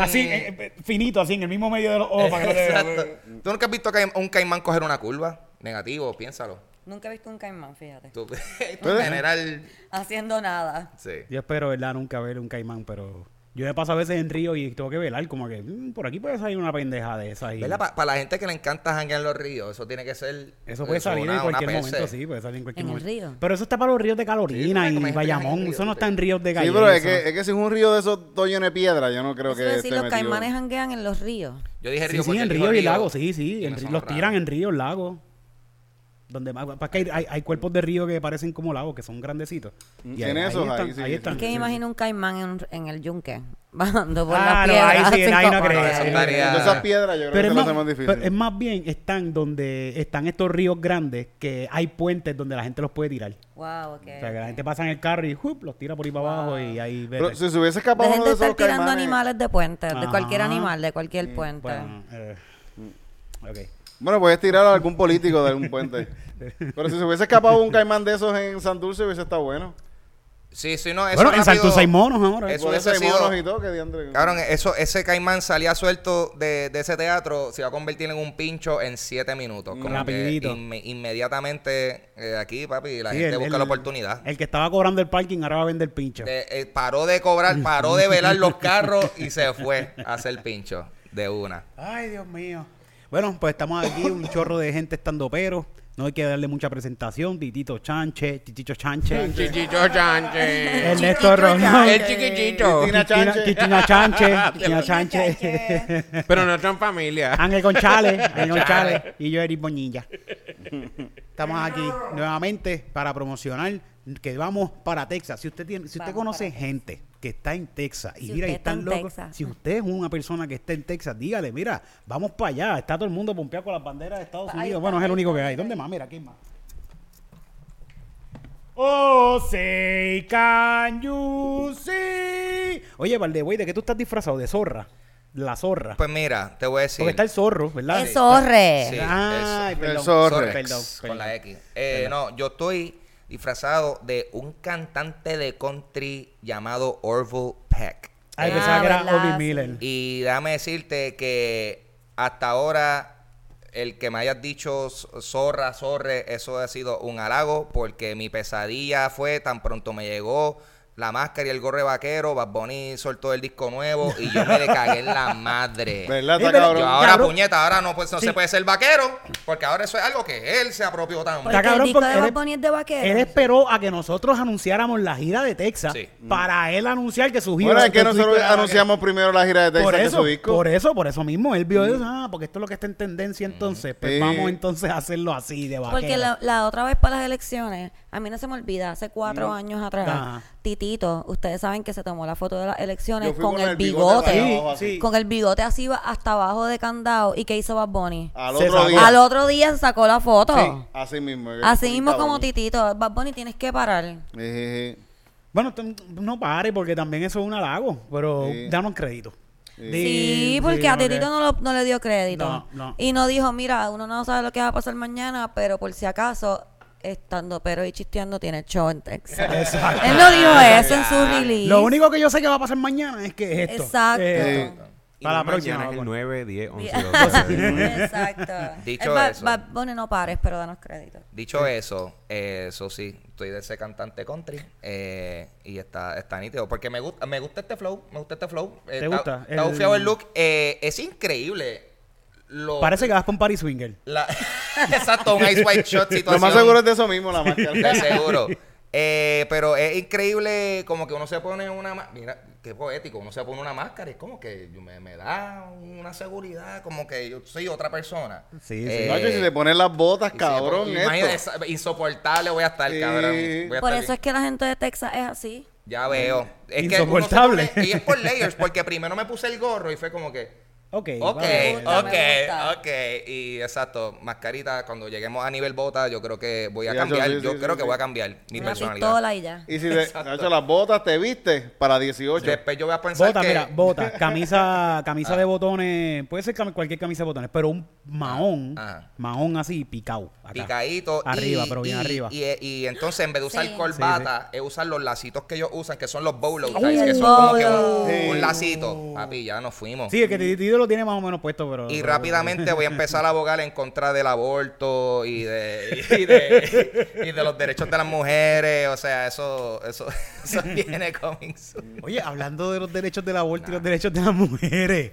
Speaker 2: Así, eh, eh, finito, así, en el mismo medio de los ojos. para que no te vea.
Speaker 5: Exacto. Tú nunca has visto a caim- un caimán coger una curva. Negativo, piénsalo.
Speaker 1: Nunca he visto un caimán, fíjate.
Speaker 5: Tú, tú en general.
Speaker 1: Haciendo nada.
Speaker 5: Sí.
Speaker 2: Yo espero, ¿verdad? Nunca ver un caimán, pero yo me paso a veces en río y tengo que velar, como que mm, por aquí puede salir una pendeja de esa. Y...
Speaker 5: ¿Verdad? Para la gente que le encanta janguear en los ríos, eso tiene que ser.
Speaker 2: Eso puede salir en
Speaker 5: una- una
Speaker 2: cualquier
Speaker 5: PC.
Speaker 2: momento, sí, puede salir en cualquier
Speaker 1: ¿En el
Speaker 2: momento.
Speaker 1: río?
Speaker 2: Pero eso está para los ríos de Carolina
Speaker 5: Sí, porque como
Speaker 2: y
Speaker 5: gente que
Speaker 2: Bayamón,
Speaker 5: hay en
Speaker 2: eso no
Speaker 5: ríos,
Speaker 2: está
Speaker 5: sí.
Speaker 2: en ríos de
Speaker 4: Sí,
Speaker 2: Gallego.
Speaker 4: pero es que, es que si es un río de esos dos llenos de piedra, yo no creo
Speaker 1: Eso
Speaker 4: que este
Speaker 1: es
Speaker 4: esté
Speaker 1: decir, los
Speaker 4: metido.
Speaker 1: caimanes hanguean en los ríos.
Speaker 5: Yo dije
Speaker 2: Sí,
Speaker 5: río.
Speaker 2: sí,
Speaker 5: porque
Speaker 2: en
Speaker 5: yo
Speaker 2: ríos
Speaker 5: digo
Speaker 2: y
Speaker 5: río,
Speaker 2: lagos, sí, sí.
Speaker 5: y
Speaker 2: en
Speaker 5: me
Speaker 2: ri-
Speaker 5: sonó
Speaker 2: los
Speaker 5: raro.
Speaker 2: tiran en ríos, lagos. Donde más, para que hay, hay- hay cuerpos de río que parecen como lagos, que son grandecitos. Y
Speaker 4: Mm, Tiene esos ahí,
Speaker 2: están,
Speaker 4: sí,
Speaker 2: ahí
Speaker 4: sí,
Speaker 2: están.
Speaker 1: Es que me
Speaker 2: Sí, sí.
Speaker 1: imagino un caimán en, en el yunque, bajando por
Speaker 2: Ah,
Speaker 1: las
Speaker 2: no, ahí
Speaker 1: piedras.
Speaker 2: sí,
Speaker 1: así
Speaker 2: ahí no
Speaker 1: como
Speaker 2: creo.
Speaker 1: que-
Speaker 5: Eso está-
Speaker 4: Entonces, Esas piedras yo creo
Speaker 2: Pero
Speaker 4: que
Speaker 2: es,
Speaker 4: se
Speaker 2: más,
Speaker 4: lo hace más difícil.
Speaker 2: pero es más bien están donde están estos ríos grandes que hay puentes donde la gente los puede tirar.
Speaker 1: Wow, ok.
Speaker 2: O sea, que la gente pasa en el carro y ¡jup! los tira por ahí para abajo y ahí vete.
Speaker 4: Pero si se hubiese
Speaker 1: La
Speaker 4: escapado uno
Speaker 1: gente
Speaker 4: de
Speaker 1: está
Speaker 4: esos
Speaker 1: tirando
Speaker 4: caimanes...
Speaker 1: animales de puente, de cualquier
Speaker 2: Ajá.
Speaker 1: animal, de cualquier puente.
Speaker 2: Bueno, eh, ok.
Speaker 4: Bueno, puedes tirar a algún político de algún puente. Pero si se hubiese escapado un caimán de esos en San Dulce, hubiese estado bueno.
Speaker 5: Sí, sí, no. Eso
Speaker 2: Bueno, en
Speaker 5: rápido-
Speaker 2: Santurce hay monos ahora.
Speaker 5: Eso
Speaker 4: Por
Speaker 5: hubiese
Speaker 4: eso hay
Speaker 5: sido-
Speaker 4: monos y todo, que diantre.
Speaker 5: Cabrón, eso, ese caimán salía suelto de, de ese teatro, se va a convertir en un pincho en siete minutos. Como que
Speaker 2: Mm, Rapidito.
Speaker 5: inme- inmediatamente eh, aquí, papi, la
Speaker 2: Sí,
Speaker 5: gente
Speaker 2: el-
Speaker 5: busca
Speaker 2: el-
Speaker 5: la oportunidad.
Speaker 2: El que estaba cobrando el parking ahora va a vender pincho.
Speaker 5: Eh, eh, paró de cobrar, paró de velar los carros y se fue a hacer pincho de una.
Speaker 2: Ay, Dios mío. Bueno, pues estamos aquí, un chorro de gente estando pero. No hay que darle mucha presentación. Titito Chanche, Titicho Chanche,
Speaker 3: Chichicho chanche.
Speaker 2: Ernesto Rolón,
Speaker 3: El chiquitito.
Speaker 2: Cristina
Speaker 4: Cristina Chanche.
Speaker 2: Cristina Chanche, Cristina Chanche.
Speaker 3: Pero no son familia.
Speaker 2: Ángel Gonchález, Ángel Gonchález y yo Eric Boñilla. Estamos aquí nuevamente para promocionar que vamos para Texas. Si usted tiene, si usted
Speaker 1: Vamos
Speaker 2: conoce
Speaker 1: para
Speaker 2: gente que está en Texas y
Speaker 1: Si
Speaker 2: mira, y
Speaker 1: usted está
Speaker 2: están
Speaker 1: en
Speaker 2: locos.
Speaker 1: Texas.
Speaker 2: Si usted es una persona que está en Texas, dígale, mira, vamos para allá. Está todo el mundo pompeado con las banderas de Estados
Speaker 1: Ahí
Speaker 2: Unidos.
Speaker 1: está,
Speaker 2: Bueno, es
Speaker 1: ahí
Speaker 2: el
Speaker 1: está,
Speaker 2: único que
Speaker 1: ahí
Speaker 2: hay.
Speaker 1: está.
Speaker 2: ¿Dónde más? Mira, ¿quién más? Oh, say, can you see? Oye, Valdewey, ¿de qué tú estás disfrazado? De zorra. La zorra.
Speaker 5: Pues mira, te voy a decir.
Speaker 2: Porque está el zorro, ¿verdad?
Speaker 1: Es zorre.
Speaker 5: Sí,
Speaker 2: Ay,
Speaker 5: eso.
Speaker 2: perdón.
Speaker 4: El zorre.
Speaker 2: Sorry,
Speaker 5: Zorrex,
Speaker 2: Perdón,
Speaker 5: con la
Speaker 2: perdón.
Speaker 5: X. Eh, no, yo estoy disfrazado de un cantante de country llamado Orville Peck.
Speaker 2: Ay,
Speaker 1: Ah,
Speaker 2: pensaba que era
Speaker 1: ¿verdad?
Speaker 2: Obi
Speaker 1: Sí.
Speaker 2: Miller.
Speaker 5: Y déjame decirte que hasta ahora el que me hayas dicho z- zorra, zorre, eso ha sido un halago porque mi pesadilla fue tan pronto me llegó la máscara y el gorre vaquero, Bad Bunny soltó el disco nuevo y yo me le cagué en la madre.
Speaker 4: ¿Verdad?
Speaker 2: Sí,
Speaker 4: Está
Speaker 2: pero-
Speaker 5: Yo
Speaker 4: cabrón.
Speaker 5: ahora,
Speaker 2: Cabrón.
Speaker 5: puñeta, ahora no, pues, no
Speaker 2: Sí.
Speaker 5: se puede ser vaquero porque ahora eso es algo que él se apropió tan
Speaker 1: Porque el disco de
Speaker 2: él
Speaker 1: Bad
Speaker 2: es-
Speaker 1: Bunny es de vaquero.
Speaker 2: Él esperó a que nosotros anunciáramos la gira de Texas
Speaker 5: Sí.
Speaker 2: para él anunciar que su gira.
Speaker 4: Bueno, es
Speaker 2: que
Speaker 4: que
Speaker 2: su disco
Speaker 4: nosotros
Speaker 2: era
Speaker 4: anunciamos primero la gira de
Speaker 2: vaquero.
Speaker 4: Texas
Speaker 2: por
Speaker 4: que
Speaker 2: eso,
Speaker 4: su disco. Mm.
Speaker 2: por eso, por eso mismo. Él vio eso, ah, porque esto es lo que está en tendencia entonces. Pues
Speaker 4: Sí.
Speaker 2: vamos entonces a hacerlo así de vaquero.
Speaker 1: Porque la, la otra vez para las elecciones, a mí no se me olvida, hace cuatro años atrás,
Speaker 2: Mm. Ajá.
Speaker 1: Titito, ustedes saben que se tomó la foto de las
Speaker 4: Yo
Speaker 1: elecciones
Speaker 4: fui
Speaker 1: con el
Speaker 4: bigote
Speaker 1: bigote.
Speaker 4: para
Speaker 2: Sí,
Speaker 4: abajo, así.
Speaker 2: sí.
Speaker 1: Con el bigote así va- hasta abajo de candado. ¿Y qué hizo Bad Bunny?
Speaker 4: Al
Speaker 2: Se
Speaker 4: otro
Speaker 2: sacó.
Speaker 4: día.
Speaker 1: Al otro día se sacó la foto.
Speaker 2: Sí.
Speaker 4: Así mismo.
Speaker 1: Así mismo como
Speaker 4: Titi.
Speaker 1: Titito. Bad Bunny tienes que parar.
Speaker 2: Bueno, tú no pare porque también eso es un halago, pero
Speaker 4: Sí.
Speaker 2: danos crédito. Di-
Speaker 1: Sí, porque a
Speaker 2: díganos
Speaker 1: Titito
Speaker 2: que-
Speaker 1: no, lo- no le dio crédito.
Speaker 2: No, no.
Speaker 1: Y no dijo, mira, uno no sabe lo que va a pasar mañana, pero por si acaso, estando pero y chisteando, tiene show en Texas.
Speaker 2: Exacto.
Speaker 1: Él no dijo eso en su release.
Speaker 2: Lo único que yo sé que va a pasar mañana es que es esto.
Speaker 1: Exacto.
Speaker 2: Eh,
Speaker 3: Y
Speaker 2: Para la
Speaker 3: mañana
Speaker 2: próxima.
Speaker 3: es el
Speaker 2: vamos.
Speaker 3: 9, 10, 11, 12.
Speaker 1: Exacto.
Speaker 5: Dicho
Speaker 1: Es Bad-
Speaker 5: eso.
Speaker 1: Bad Bunny no pares, pero danos crédito.
Speaker 5: Dicho eso, eh, eso sí, estoy de ese cantante country eh, y está, está nítido. Porque me gusta, me gusta este flow, me gusta este flow. eh,
Speaker 2: ¿Te
Speaker 5: está-
Speaker 2: gusta?
Speaker 5: Está,
Speaker 2: El-
Speaker 5: bufiado el look. eh, es increíble. Lo,
Speaker 2: Parece que vas para un party swinger.
Speaker 5: la- exacto, un Ice White Shot
Speaker 4: Lo
Speaker 5: situación.
Speaker 4: más seguro es de eso mismo, la
Speaker 5: De
Speaker 4: máscara.
Speaker 5: seguro. Eh, pero es increíble como que uno se pone una ma- mira qué poético uno se pone una máscara y es como que yo- me, me da una seguridad como que yo soy otra persona Eh,
Speaker 2: Sí, sí.
Speaker 4: Nacho, si te pones las botas,
Speaker 5: Y sí,
Speaker 4: cabrón,
Speaker 5: porque imagínate,
Speaker 4: esto.
Speaker 5: esa- insoportable voy a estar,
Speaker 4: Sí.
Speaker 5: cabrón. Voy a
Speaker 1: Por
Speaker 5: estar
Speaker 1: eso es que la gente de Texas es así.
Speaker 5: Ya veo. Es que
Speaker 2: Insoportable.
Speaker 5: uno se pone- y es por layers, porque primero me puse el gorro y fue como que,
Speaker 2: Ok.
Speaker 5: Ok,
Speaker 2: vale.
Speaker 1: Me gusta,
Speaker 5: ok,
Speaker 1: me gusta.
Speaker 5: ok. Y exacto, mascarita, cuando lleguemos a nivel bota, yo creo que voy a
Speaker 4: Ya, yo
Speaker 5: cambiar.
Speaker 4: sí, sí,
Speaker 5: yo
Speaker 4: sí,
Speaker 5: creo
Speaker 4: sí.
Speaker 5: que voy a cambiar mi
Speaker 1: Una
Speaker 5: personalidad.
Speaker 1: pistola y ya.
Speaker 4: Y si de hecho, las botas te viste para 18.
Speaker 5: Pues Después yo voy a pensar
Speaker 2: Bota,
Speaker 5: que... Ah.
Speaker 2: mira, bota, camisa, camisa de botones, puede ser cam- cualquier camisa de botones, pero un mahón,
Speaker 5: Ajá.
Speaker 2: mahón así, picado. acá.
Speaker 5: ah. picadito. y-
Speaker 2: Arriba, pero bien
Speaker 5: y-
Speaker 2: arriba.
Speaker 5: Y, y entonces en vez de usar
Speaker 1: Sí.
Speaker 5: corbata, es usar los lacitos que ellos usan, que son los bowlow
Speaker 1: Sí,
Speaker 5: ties, que
Speaker 1: el
Speaker 5: son como que
Speaker 1: bolo.
Speaker 5: un,
Speaker 4: Sí.
Speaker 5: un lacito. Papi, ya nos fuimos.
Speaker 2: Sí, el que te lo tiene más o menos puesto, pero.
Speaker 5: Y
Speaker 2: pero-
Speaker 5: rápidamente voy a empezar a abogar en contra del aborto y de, y de, y de los derechos de las mujeres. O sea, eso, eso, eso viene coming soon.
Speaker 2: Oye, hablando de los derechos del aborto y los derechos de las mujeres,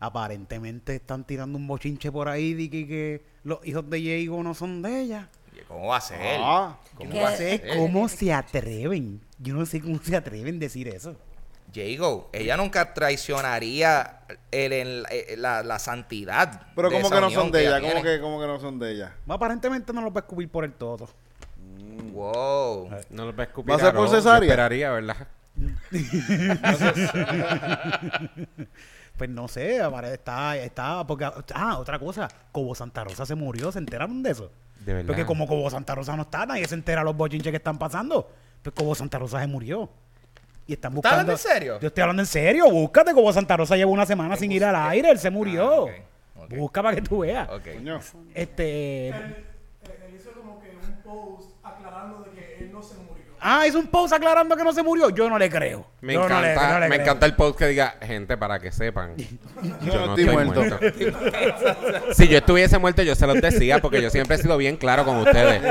Speaker 2: aparentemente están tirando un bochinche por ahí de que, que los hijos de Diego no son de ella.
Speaker 5: Oye, ¿Cómo va a ser?
Speaker 4: Ah,
Speaker 5: ¿Cómo
Speaker 1: ¿Qué?
Speaker 5: va a
Speaker 2: Entonces,
Speaker 5: ser?
Speaker 2: ¿Cómo se atreven? Yo no sé cómo se atreven a decir eso.
Speaker 5: Jago, ella nunca traicionaría el, el- el- la, la santidad.
Speaker 4: pero
Speaker 5: de
Speaker 4: como
Speaker 5: esa
Speaker 4: que no
Speaker 5: unión
Speaker 4: son de
Speaker 5: ella
Speaker 4: ella, como
Speaker 5: tiene.
Speaker 4: que, como que no son de ella.
Speaker 2: Aparentemente no los va a escupir por el todo.
Speaker 5: Wow.
Speaker 3: No los va a escupir.
Speaker 4: ¿Va a ser por
Speaker 3: Aarón, yo
Speaker 4: cesárea?
Speaker 3: esperaría, ¿verdad?
Speaker 2: Pues no sé, apare- está, está, porque, ah, otra cosa, Cobo Santa Rosa se murió, ¿se enteraron de eso?
Speaker 3: De verdad.
Speaker 2: Porque como Cobo Santa Rosa no está, nadie se entera los bochinches que están pasando. Pues Cobo Santa Rosa se murió. Y están
Speaker 5: ¿Estás
Speaker 2: buscando.
Speaker 5: hablando en serio?
Speaker 2: Yo estoy hablando en serio, búscate, Cobo Santa Rosa llevó una semana sin ir al aire, él se murió.
Speaker 5: ok, Ah, ok.
Speaker 2: Busca para que tú veas.
Speaker 5: Ok.
Speaker 4: Coño.
Speaker 2: Este.
Speaker 6: Él, él- él hizo como que un post aclarando de que él no se murió.
Speaker 2: Ah, hizo un post aclarando que no se murió. Yo no le creo.
Speaker 3: Me
Speaker 2: Yo no
Speaker 3: encanta,
Speaker 2: le- no le
Speaker 3: me
Speaker 2: creo.
Speaker 3: encanta el post que diga, gente, para que sepan. Yo
Speaker 4: no estoy muerto".
Speaker 3: si yo estuviese muerto, yo se los decía, porque yo siempre he sido bien claro con ustedes.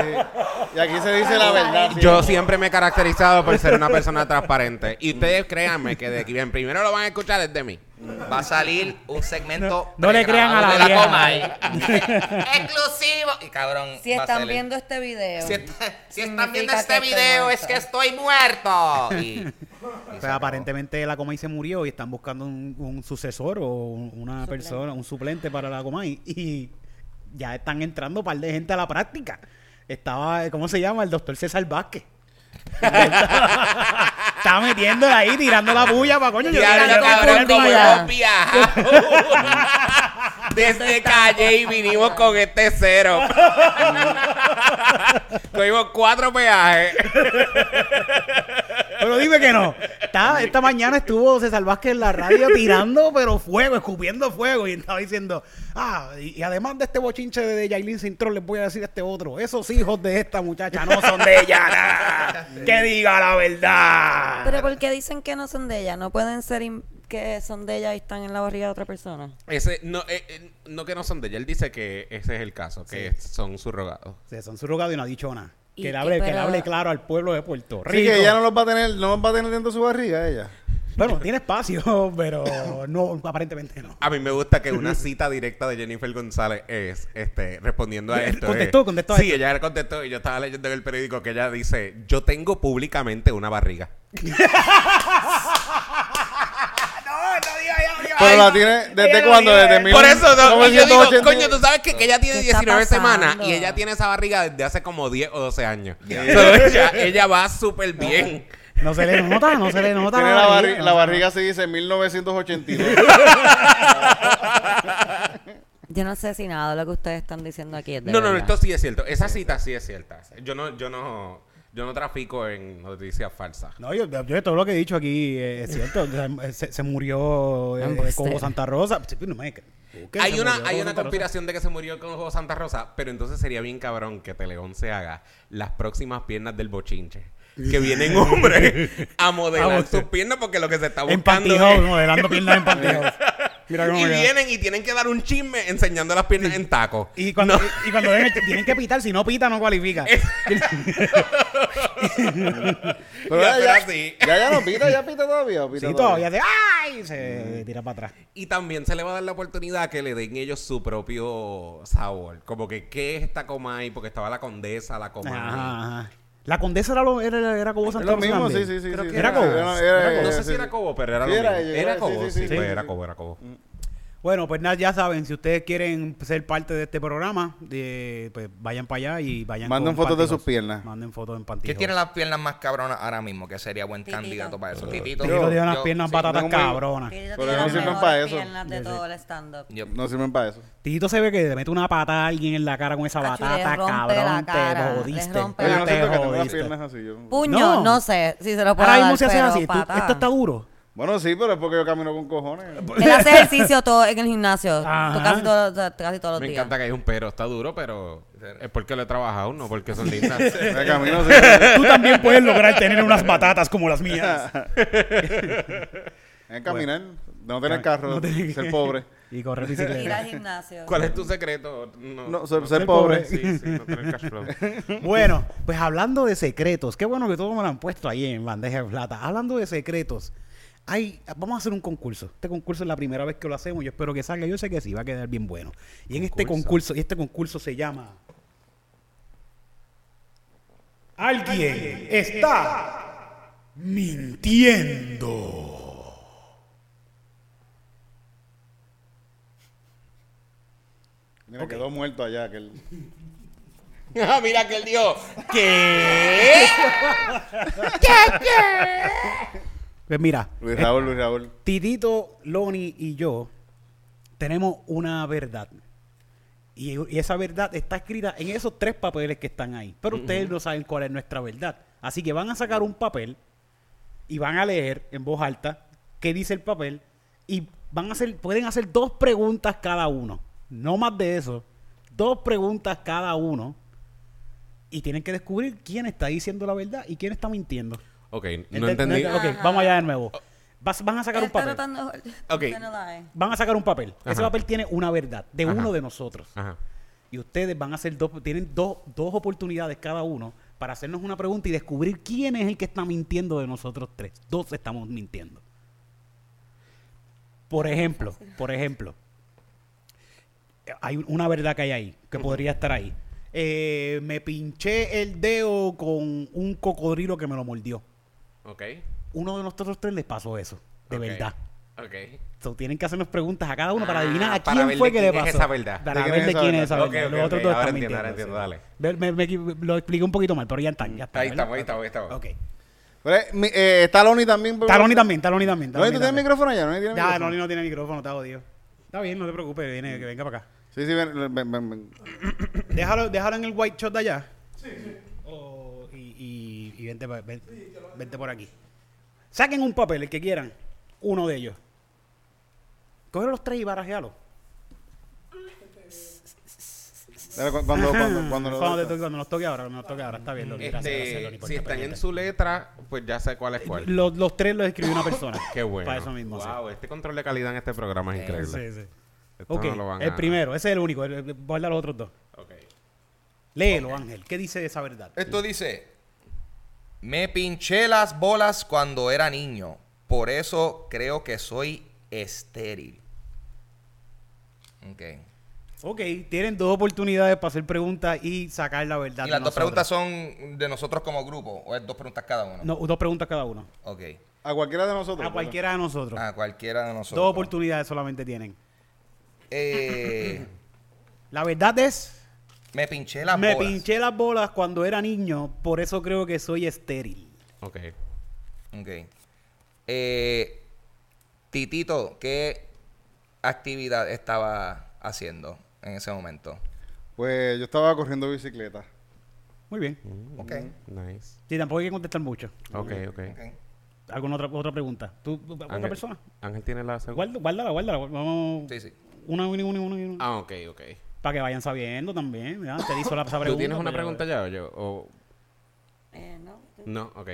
Speaker 4: Y aquí se dice la verdad. sí.
Speaker 3: Yo siempre me he caracterizado por ser una persona transparente. Y ustedes créanme que de aquí bien, primero lo van a escuchar desde mí.
Speaker 5: Va a salir un segmento.
Speaker 2: No le crean a la
Speaker 5: pregrabado de
Speaker 2: vieja.
Speaker 5: Comay. Exclusivo. Y cabrón.
Speaker 1: Si
Speaker 5: va a
Speaker 1: están
Speaker 5: salir.
Speaker 1: viendo este video.
Speaker 5: Si, está- si están viendo
Speaker 1: significa
Speaker 5: este
Speaker 1: que estoy
Speaker 5: video, es
Speaker 1: muerta.
Speaker 5: que estoy muerto. Y, y
Speaker 2: Pues
Speaker 5: se acabó.
Speaker 2: aparentemente la Comay se murió y están buscando un, un sucesor o un- una
Speaker 1: Suplente.
Speaker 2: persona, un suplente para la Comay. Y ya están entrando un par de gente a la práctica. Estaba, ¿cómo se llama? El doctor César Vázquez. Estaba metiéndola ahí, tirando la bulla para coño. Yo,
Speaker 5: Ya,
Speaker 1: Tirando
Speaker 5: ya, cabrón,
Speaker 1: confundida.
Speaker 5: como hemos viajado. Desde calle y vinimos con este cero.
Speaker 3: Tuvimos cuatro peajes.
Speaker 2: pero dime que no. Está- esta mañana estuvo César Vázquez en la radio tirando, pero fuego, escupiendo fuego. Y estaba diciendo, ah, y, y además de este bochinche de Yailin Cintrón, les voy a decir este otro. Esos hijos de esta muchacha no son de ella. nada. Que diga la verdad.
Speaker 1: Pero ¿por qué dicen que no son de ella? ¿No pueden ser in- que son de ella y están en la barriga de otra persona?
Speaker 3: Ese, no, eh, eh, no que no son de ella. Él dice que ese es el caso, que son subrogados.
Speaker 2: Se son surrogados y una dichona.
Speaker 1: Y
Speaker 2: Que le
Speaker 1: que
Speaker 2: hable, que le
Speaker 1: pero-
Speaker 2: hable claro al pueblo de Puerto Rico.
Speaker 4: Sí, que ella no los va a tener, no los va a tener dentro de su barriga, ella.
Speaker 2: Bueno, tiene espacio, pero no, aparentemente no.
Speaker 3: A mí me gusta que una cita directa de Jennifer González es este respondiendo a
Speaker 2: Eh,
Speaker 3: esto.
Speaker 2: contestó,
Speaker 3: eh.
Speaker 2: contestó a
Speaker 3: Sí,
Speaker 2: esto.
Speaker 3: ella contestó y yo estaba leyendo en el periódico que ella dice, yo tengo públicamente una barriga.
Speaker 4: Pero la tiene desde
Speaker 2: lo
Speaker 4: cuándo,
Speaker 2: tiene.
Speaker 4: desde mil.
Speaker 3: Por eso, no,
Speaker 2: pues,
Speaker 3: y yo digo,
Speaker 4: 1980.
Speaker 3: coño, tú sabes que, que ella tiene
Speaker 1: ¿Qué está
Speaker 3: 19 semanas y
Speaker 1: pasando?
Speaker 3: ella tiene esa barriga desde hace como 10 o 12 años. So, ella, ella va súper bien.
Speaker 2: No se le nota, no se le nota.
Speaker 4: Tiene la, barri-
Speaker 2: no
Speaker 4: la
Speaker 2: se-
Speaker 4: barriga se dice 1982.
Speaker 1: Yo no sé si nada de lo que ustedes están diciendo aquí es de
Speaker 3: No, no, no,
Speaker 1: verdad.
Speaker 3: esto sí es cierto. Esa cita sí es cierta. Yo no, yo no, yo no trafico en noticias falsas.
Speaker 2: No, yo, yo todo lo que he dicho aquí eh, es cierto. O sea, se, se murió eh,
Speaker 1: Embustero.
Speaker 2: como Santa Rosa. Sí, pero no me- ¿qué?
Speaker 3: Hay
Speaker 2: Se murió
Speaker 3: una,
Speaker 2: Cobo
Speaker 3: hay una
Speaker 2: Santa Rosa.
Speaker 3: conspiración de que se murió con Juego Santa Rosa, pero entonces sería bien cabrón que Teleón se haga las próximas piernas del bochinche. Que vienen hombres a
Speaker 2: Ah,
Speaker 3: modelar
Speaker 2: bueno.
Speaker 3: sus piernas porque lo que se está
Speaker 2: En
Speaker 3: buscando
Speaker 2: pantyhose,
Speaker 3: es...
Speaker 2: modelando piernas en pantyhose. Mira cómo
Speaker 3: Y
Speaker 2: me queda.
Speaker 3: vienen y tienen que dar un chisme enseñando las piernas en taco.
Speaker 2: Y cuando,
Speaker 3: No.
Speaker 2: y, y cuando ven el- tienen que pitar, si no pita, no cualifica.
Speaker 4: Pero
Speaker 3: Ya,
Speaker 4: ya,
Speaker 3: pero
Speaker 4: ya,
Speaker 3: sí.
Speaker 4: ya, ya no pita, ya pita todavía. o pita
Speaker 2: Sí, todavía se. ¡Ay! Se tira para atrás.
Speaker 3: Y también se le va a dar la oportunidad a que le den ellos su propio sabor. Como que, ¿qué es esta Comay? Porque estaba la condesa, la Comay.
Speaker 2: Ajá, ajá. La condesa era, lo- era, era Cobo
Speaker 4: Es
Speaker 2: Santa
Speaker 4: lo
Speaker 2: Rosa
Speaker 4: mismo, sí,
Speaker 2: también.
Speaker 4: sí, sí.
Speaker 2: Creo
Speaker 4: sí,
Speaker 2: que era Cobo.
Speaker 4: era- era-
Speaker 3: No sé
Speaker 4: sí,
Speaker 3: si era Cobo, pero era
Speaker 4: Sí,
Speaker 3: lo
Speaker 4: era
Speaker 3: mismo.
Speaker 4: ellos,
Speaker 3: Era
Speaker 4: sí,
Speaker 3: Cobo,
Speaker 4: sí,
Speaker 3: sí,
Speaker 4: sí,
Speaker 3: pues,
Speaker 4: sí,
Speaker 3: era
Speaker 4: sí.
Speaker 3: Cobo, era Cobo.
Speaker 2: Bueno, pues nada, ya saben, si ustedes quieren ser parte de este programa, de- pues vayan para allá y vayan.
Speaker 4: Manden
Speaker 2: con
Speaker 4: fotos de
Speaker 2: pantyhose.
Speaker 4: sus piernas.
Speaker 2: Manden fotos en
Speaker 5: ¿Qué
Speaker 2: pantijos.
Speaker 5: tiene las piernas más cabronas ahora mismo? Que sería buen
Speaker 1: Titito.
Speaker 5: candidato para eso. Titito.
Speaker 4: Titito
Speaker 2: tiene unas
Speaker 5: yo-
Speaker 2: piernas
Speaker 5: sí,
Speaker 2: patatas
Speaker 4: tengo muy-
Speaker 2: cabronas.
Speaker 1: Tito
Speaker 4: Pero
Speaker 1: tiene
Speaker 4: no
Speaker 1: las
Speaker 4: sirven
Speaker 1: mejores
Speaker 4: pa' eso.
Speaker 1: piernas de
Speaker 2: Sí, sí.
Speaker 1: todo el stand-up.
Speaker 5: yo-
Speaker 4: No sirven para eso.
Speaker 2: Tito se ve que le mete una patada a alguien en la cara con esa
Speaker 1: Cacho, le
Speaker 2: batata,
Speaker 1: rompe
Speaker 2: cabrón.
Speaker 1: la cara, le
Speaker 2: te jodiste.
Speaker 1: rompe
Speaker 4: Oye,
Speaker 1: Pero
Speaker 4: yo no
Speaker 2: te
Speaker 4: siento que tengo las
Speaker 2: jodiste.
Speaker 4: piernas así. yo-
Speaker 1: Puño,
Speaker 2: No.
Speaker 1: no. sé si se lo puedo
Speaker 2: Ahora mismo
Speaker 1: dar,
Speaker 2: se hace
Speaker 1: pero
Speaker 2: así. tú-
Speaker 1: patada.
Speaker 2: esto está duro.
Speaker 4: Bueno, sí, pero es porque yo camino con cojones.
Speaker 3: Pues.
Speaker 1: Él hace ejercicio todo en el gimnasio.
Speaker 2: Ajá.
Speaker 1: Tú casi, todo- o sea, casi todos los
Speaker 3: Me
Speaker 1: días.
Speaker 3: encanta que hay un pero, está duro, pero es porque lo he trabajado, no porque son lindas.
Speaker 4: Me camino sí.
Speaker 2: Tú también puedes lograr tener unas patatas como las mías.
Speaker 4: Es caminar, no tener carro,
Speaker 2: No te-
Speaker 4: ser pobre.
Speaker 2: Y correr
Speaker 1: Ir al
Speaker 2: bicicleta.
Speaker 1: gimnasio.
Speaker 3: ¿Cuál es tu secreto? No,
Speaker 4: No, ser, ser pobre.
Speaker 3: Sí, sí, no tener cash flow.
Speaker 2: bueno, pues hablando de secretos, qué bueno que todos me lo han puesto ahí en bandeja de plata. Hablando de secretos, hay, vamos a hacer un concurso. Este concurso es la primera vez que lo hacemos. Yo espero que salga. Yo sé que sí, va a quedar bien bueno. Y en este concurso, y este concurso se llama. Alguien está mintiendo.
Speaker 4: Mira, quedó muerto allá aquel.
Speaker 5: Ah, mira que él dijo.
Speaker 2: Pues mira,
Speaker 4: Luis Raúl, Luis Raúl.
Speaker 2: Titito, Loni y yo tenemos una verdad. Y, y esa verdad está escrita en esos tres papeles que están ahí. Pero ustedes no saben cuál es nuestra verdad. Así que van a sacar un papel y van a leer en voz alta qué dice el papel. Y van a hacer, pueden hacer dos preguntas cada uno. No más de eso. Dos preguntas cada uno. Y tienen que descubrir quién está diciendo la verdad y quién está mintiendo.
Speaker 3: Ok, no
Speaker 2: Ente-
Speaker 3: entendí. Ah.
Speaker 2: Ok, vamos allá de nuevo. Vas- van a sacar
Speaker 1: Él
Speaker 2: un
Speaker 1: está
Speaker 2: papel
Speaker 1: tratando-
Speaker 3: Ok.
Speaker 1: que no la hay.
Speaker 2: van a sacar un papel. Ese
Speaker 3: Ajá.
Speaker 2: papel tiene una verdad de
Speaker 3: Ajá.
Speaker 2: uno de nosotros.
Speaker 3: Ajá.
Speaker 2: Y ustedes van a hacer dos, tienen dos, dos oportunidades cada uno para hacernos una pregunta y descubrir quién es el que está mintiendo de nosotros tres. Dos estamos mintiendo. Por ejemplo, por ejemplo, hay una verdad que hay ahí, que podría estar ahí. Eh, me pinché el dedo con un cocodrilo que me lo mordió.
Speaker 3: Ok.
Speaker 2: Uno de nosotros tres les pasó eso, de
Speaker 3: ok,
Speaker 2: verdad.
Speaker 3: Ok.
Speaker 2: So, tienen que hacernos preguntas a cada uno para
Speaker 3: Ah,
Speaker 2: adivinar a
Speaker 3: para
Speaker 2: quién
Speaker 3: ver
Speaker 2: fue
Speaker 3: de
Speaker 2: que le
Speaker 3: quién
Speaker 2: pasó.
Speaker 3: es esa verdad.
Speaker 2: Para
Speaker 4: ¿De
Speaker 2: ver de quién es esa
Speaker 3: Ok,
Speaker 2: verdad.
Speaker 3: ok,
Speaker 2: Los otros
Speaker 3: ok.
Speaker 2: dos
Speaker 3: Ahora
Speaker 2: están
Speaker 3: entiendo, ahora
Speaker 2: mintiendo,
Speaker 3: entiendo,
Speaker 2: sí. Ver- me- me equi- lo expliqué un poquito mal, pero ya están. Ya están
Speaker 3: Ahí estamos,
Speaker 2: ¿verdad?
Speaker 3: ahí estamos, ahí estamos.
Speaker 2: Ok.
Speaker 4: Pero, eh, mi- eh, está Loni también. pero-
Speaker 2: Taloni también, Taloni también.
Speaker 4: Loni,
Speaker 2: Taloni
Speaker 4: ¿tú tienes
Speaker 2: también.
Speaker 4: micrófono allá? ¿Loni tiene
Speaker 2: Ya,
Speaker 4: micrófono?
Speaker 2: Loni no tiene micrófono, está jodido. Está bien, no te preocupes, viene, que venga para acá.
Speaker 4: Sí, sí, ven, ven, ven, ven.
Speaker 2: Déjalo, déjalo en el white shot de allá. O- y, y- y vente, pa- ven- vente por aquí. Saquen un papel, el que quieran. Uno de ellos. Coge los tres y barajealo.
Speaker 4: Dale, cu- Cuando, cuando, cuando, lo-
Speaker 2: Cuando, te toque- cuando nos toque ahora, cuando nos toque ahora, está bien, Loni. Gracias, gracias, Loni,
Speaker 3: Este,
Speaker 2: por
Speaker 3: si
Speaker 2: estar
Speaker 3: están en
Speaker 2: pendiente.
Speaker 3: su letra, pues ya sé cuál es cuál.
Speaker 2: Los, los tres los escribió una persona.
Speaker 3: Qué bueno.
Speaker 2: Para eso mismo. sí.
Speaker 3: Wow, este control de calidad en este programa es increíble.
Speaker 2: Sí, sí.
Speaker 3: Esto
Speaker 2: Ok,
Speaker 3: no lo van
Speaker 2: el
Speaker 3: a-
Speaker 2: primero, ese es el único. el- el- Guarda los otros dos.
Speaker 3: Ok.
Speaker 2: Léelo, Ángel. ¿Qué dice esa verdad?
Speaker 5: Esto dice: Me pinché las bolas cuando era niño. Por eso creo que soy estéril. Ok.
Speaker 2: Ok, tienen dos oportunidades para hacer preguntas y sacar la verdad.
Speaker 5: Y
Speaker 2: de
Speaker 5: las
Speaker 2: nosotros.
Speaker 5: dos preguntas son de nosotros como grupo. O es dos preguntas cada uno.
Speaker 2: No, dos preguntas cada uno.
Speaker 5: Ok.
Speaker 4: A cualquiera de nosotros.
Speaker 2: A cualquiera de nosotros.
Speaker 3: Ah,
Speaker 5: A cualquiera de nosotros.
Speaker 2: dos oportunidades solamente tienen.
Speaker 5: Eh,
Speaker 2: La verdad es,
Speaker 5: me pinché las
Speaker 2: me
Speaker 5: bolas.
Speaker 2: pinché las bolas cuando era niño, por eso creo que soy estéril.
Speaker 3: Ok.
Speaker 5: Ok. Eh, titito, ¿qué actividad estaba haciendo en ese momento?
Speaker 4: Pues yo estaba corriendo bicicleta.
Speaker 2: Muy bien.
Speaker 3: Mm.
Speaker 5: Ok.
Speaker 3: Nice.
Speaker 2: Sí, tampoco hay que contestar mucho.
Speaker 3: Ok, ok.
Speaker 5: ok.
Speaker 2: ¿Alguna otra, otra pregunta? ¿Tú, otra
Speaker 3: Ángel-
Speaker 2: persona?
Speaker 3: Ángel tiene la
Speaker 2: Guarda-
Speaker 3: segunda.
Speaker 2: Guárdala, guárdala. Vamos.
Speaker 5: Sí, sí.
Speaker 2: Una, una, una, una, una.
Speaker 3: Ah, ok, ok.
Speaker 2: Para que vayan sabiendo también. ¿verdad? Te hizo la esa pregunta.
Speaker 3: ¿Tú tienes una
Speaker 2: pero-
Speaker 3: pregunta ya o yo? O-
Speaker 1: Eh, no.
Speaker 3: No, ok.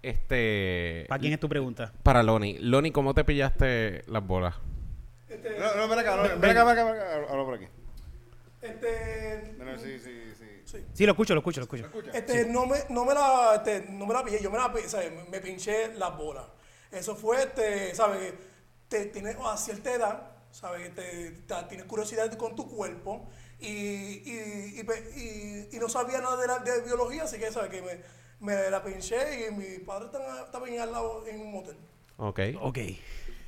Speaker 3: Este.
Speaker 2: ¿Para quién es tu pregunta?
Speaker 3: Para Loni. Loni, ¿cómo te pillaste las bolas?
Speaker 4: Este No, no, ven acá, no, ven acá, ven acá, ven acá. Habla- habla por aquí.
Speaker 6: Este,
Speaker 4: No, no, sí, sí, sí.
Speaker 2: Sí, lo escucho, lo escucho, lo escucho.
Speaker 6: este, no, me, no, me la, este, no me la pillé, yo me la pi- o sea, me, me pinché las bolas. Eso fue, este, ¿sabes? Te, tienes a cierta edad, ¿sabes? Te, te- tienes curiosidad con tu cuerpo y, y, y, pe- y- y no sabía nada de, la, de biología, así que, ¿sabes? Que me,
Speaker 2: Oh.
Speaker 6: me la pinché y mi padre estaba estaba en, al lado en un motel.
Speaker 3: Ok.
Speaker 2: Ok.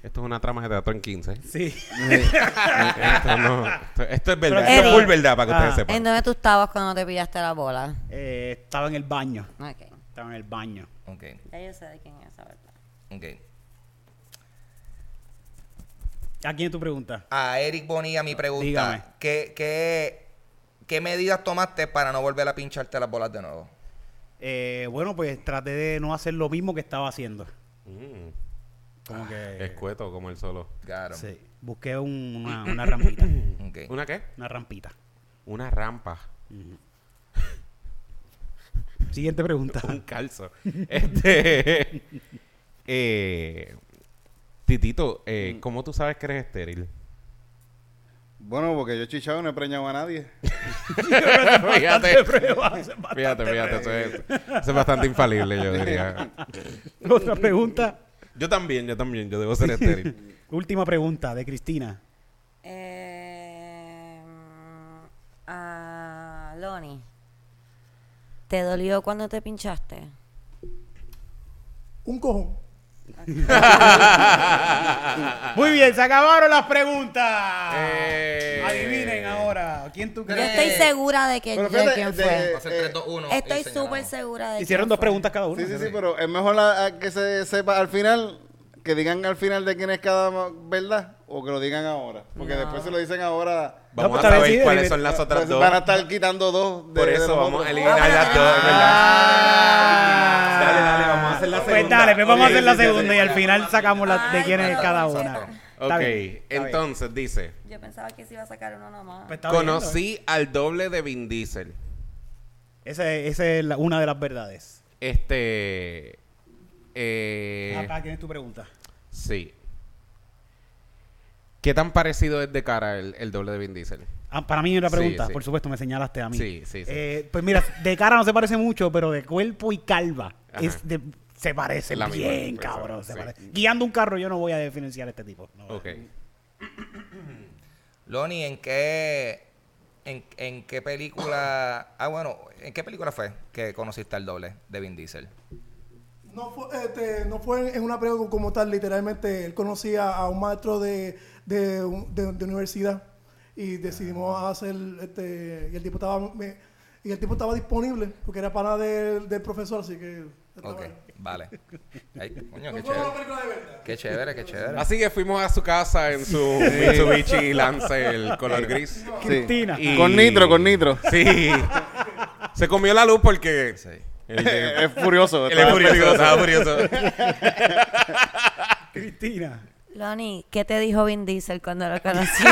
Speaker 3: Esto es una trama de teatro en 15.
Speaker 2: Sí.
Speaker 3: esto, no, esto, esto es verdad.
Speaker 1: Pero-
Speaker 3: esto es
Speaker 1: Eddie.
Speaker 3: full verdad para que ustedes
Speaker 2: Ah.
Speaker 3: sepan.
Speaker 1: ¿En dónde tú estabas cuando te pillaste la bola?
Speaker 2: Eh, estaba en el baño.
Speaker 1: Ok.
Speaker 2: Estaba en el baño.
Speaker 5: Ok,
Speaker 1: Ya yo sé de quién es esa verdad.
Speaker 5: ok.
Speaker 2: ¿A quién es tu pregunta?
Speaker 5: A Eric Bonilla mi
Speaker 2: Dígame.
Speaker 5: pregunta. ¿qué, qué, ¿Qué medidas tomaste para no volver a pincharte las bolas de nuevo?
Speaker 2: Eh, bueno, pues traté de no hacer lo mismo que estaba haciendo.
Speaker 3: Mm,
Speaker 2: Como que...
Speaker 3: escueto como el solo.
Speaker 5: Claro.
Speaker 2: Sí. Busqué un- una, una rampita.
Speaker 5: Ok.
Speaker 3: ¿Una qué?
Speaker 2: Una rampita.
Speaker 3: Una rampa.
Speaker 2: Siguiente pregunta.
Speaker 3: Un calzo. este. eh, titito, eh, ¿cómo tú sabes que eres estéril?
Speaker 4: Bueno, porque yo chichado no he preñado a nadie.
Speaker 3: fíjate,
Speaker 2: Prueba, se va.
Speaker 3: fíjate, fíjate. Eso es, eso es bastante infalible, yo diría.
Speaker 2: Otra pregunta.
Speaker 3: Yo también, yo también. Yo debo ser estéril.
Speaker 2: Última pregunta de Cristina.
Speaker 1: Eh, mm, a Loni, ¿te dolió cuando te pinchaste?
Speaker 6: Un cojón.
Speaker 2: Muy bien, se acabaron las preguntas.
Speaker 3: Ah. Eh.
Speaker 2: Adivinen ahora. ¿Quién tú
Speaker 1: Yo
Speaker 2: crees?
Speaker 1: estoy segura de que
Speaker 4: Pero
Speaker 1: de
Speaker 4: fíjate,
Speaker 1: quién
Speaker 4: de-
Speaker 1: fue.
Speaker 5: Va a ser
Speaker 4: Eh,
Speaker 5: 3, 2, 1.
Speaker 1: Estoy súper segura de
Speaker 2: Hicieron
Speaker 1: quién
Speaker 2: dos
Speaker 1: fue.
Speaker 2: preguntas cada uno.
Speaker 4: Sí, sí, sí, pero es mejor la- a que se sepa al final, que digan al final de quién es cada ma- verdad o que lo digan ahora. Porque después se lo dicen ahora.
Speaker 3: Vamos
Speaker 2: pues,
Speaker 3: a
Speaker 2: está
Speaker 3: saber
Speaker 2: decidido,
Speaker 3: cuáles
Speaker 2: dime.
Speaker 3: son las otras
Speaker 4: pues
Speaker 3: dos.
Speaker 4: Van a estar quitando dos. de-
Speaker 3: Por
Speaker 4: de
Speaker 3: eso
Speaker 4: los
Speaker 3: vamos
Speaker 4: otros.
Speaker 3: a eliminar las dos, es
Speaker 2: Ah.
Speaker 3: ¿verdad? Dale, dale, vamos a hacer la segunda.
Speaker 2: Pues Pues dale, pues vamos a
Speaker 3: Ok,
Speaker 2: hacer la
Speaker 3: sí, sí, sí.
Speaker 2: segunda y al final sacamos la, de
Speaker 1: Ay,
Speaker 2: quién es
Speaker 1: pero-
Speaker 2: cada una. Está
Speaker 3: Ok,
Speaker 2: bien, está bien.
Speaker 3: entonces dice:
Speaker 1: Yo pensaba que se iba a sacar uno nomás.
Speaker 2: Pues está bien, ¿no?
Speaker 3: Conocí al doble de Vin Diesel.
Speaker 2: Esa es, esa es la- una de las verdades.
Speaker 3: Este. Eh,
Speaker 2: Acá tienes tu pregunta.
Speaker 3: sí. ¿Qué tan parecido es de cara el, el doble de Vin Diesel?
Speaker 2: Ah, para mí es la
Speaker 3: Sí,
Speaker 2: pregunta,
Speaker 3: sí.
Speaker 2: por supuesto, me señalaste a mí.
Speaker 3: Sí, sí, sí.
Speaker 2: Eh, pues mira, de cara no se parece mucho, pero de cuerpo y calva
Speaker 3: Ajá.
Speaker 2: es de- se parece
Speaker 3: La misma
Speaker 2: bien,
Speaker 3: persona,
Speaker 2: cabrón. se
Speaker 3: sí.
Speaker 2: parece. Guiando un carro yo no voy a diferenciar a este tipo. no.
Speaker 3: Ok.
Speaker 5: Loni, ¿en qué, en, en qué película... Ah, bueno, ¿en qué película fue que conociste al doble de Vin Diesel?
Speaker 6: No fue, este, no fue en- en una prueba como tal, literalmente él conocía a un maestro de, de, un- de- de universidad y decidimos hacer, este, y el tipo estaba, me- y el tipo estaba disponible porque era pana del, del profesor, así que... estaba-
Speaker 5: Ok, vale. Ay, coño,
Speaker 6: No
Speaker 5: qué
Speaker 6: fue una
Speaker 5: chévere.
Speaker 6: película de verdad.
Speaker 5: Qué chévere, qué chévere.
Speaker 3: Así que fuimos a su casa en su Mitsubishi Lancer color gris.
Speaker 4: Sí.
Speaker 2: Cristina.
Speaker 3: Y-
Speaker 4: Con nitro, con nitro.
Speaker 3: Sí. Se comió la luz porque.
Speaker 5: Sí.
Speaker 3: El de-
Speaker 4: es furioso.
Speaker 3: Él es
Speaker 4: estaba
Speaker 3: furioso, estaba furioso.
Speaker 2: Cristina.
Speaker 1: Loni, ¿qué te dijo Vin Diesel cuando lo conociste?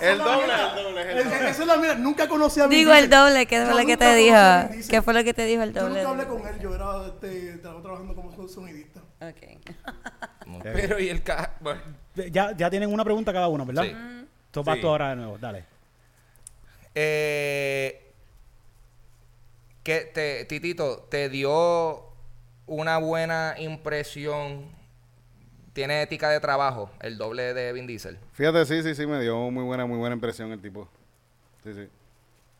Speaker 4: El doble, el doble. el
Speaker 6: Es-
Speaker 4: doble.
Speaker 6: es- Eso es la mira, nunca conocí a Vin
Speaker 1: Digo el
Speaker 6: Diesel.
Speaker 1: doble, ¿qué
Speaker 6: Yo
Speaker 1: fue lo que
Speaker 6: nunca
Speaker 1: te
Speaker 6: conocí
Speaker 1: dijo?
Speaker 6: a Vin Diesel.
Speaker 1: ¿Qué fue lo que te dijo el
Speaker 6: Yo
Speaker 1: doble?
Speaker 6: nunca hablé con él, yo era, este, estaba trabajando como sonidista.
Speaker 1: Ok.
Speaker 3: Pero y el ca- bueno.
Speaker 2: Ya, ya tienen una pregunta cada uno, ¿verdad?
Speaker 5: Sí.
Speaker 2: Entonces vas
Speaker 3: Sí.
Speaker 2: tú ahora de nuevo, dale.
Speaker 5: Eh, ¿qué te, Titito, ¿te dio una buena impresión? ¿Tiene ética de trabajo el doble de Vin Diesel?
Speaker 4: Fíjate, sí, sí, sí, me dio muy buena, muy buena impresión el tipo. Sí, sí.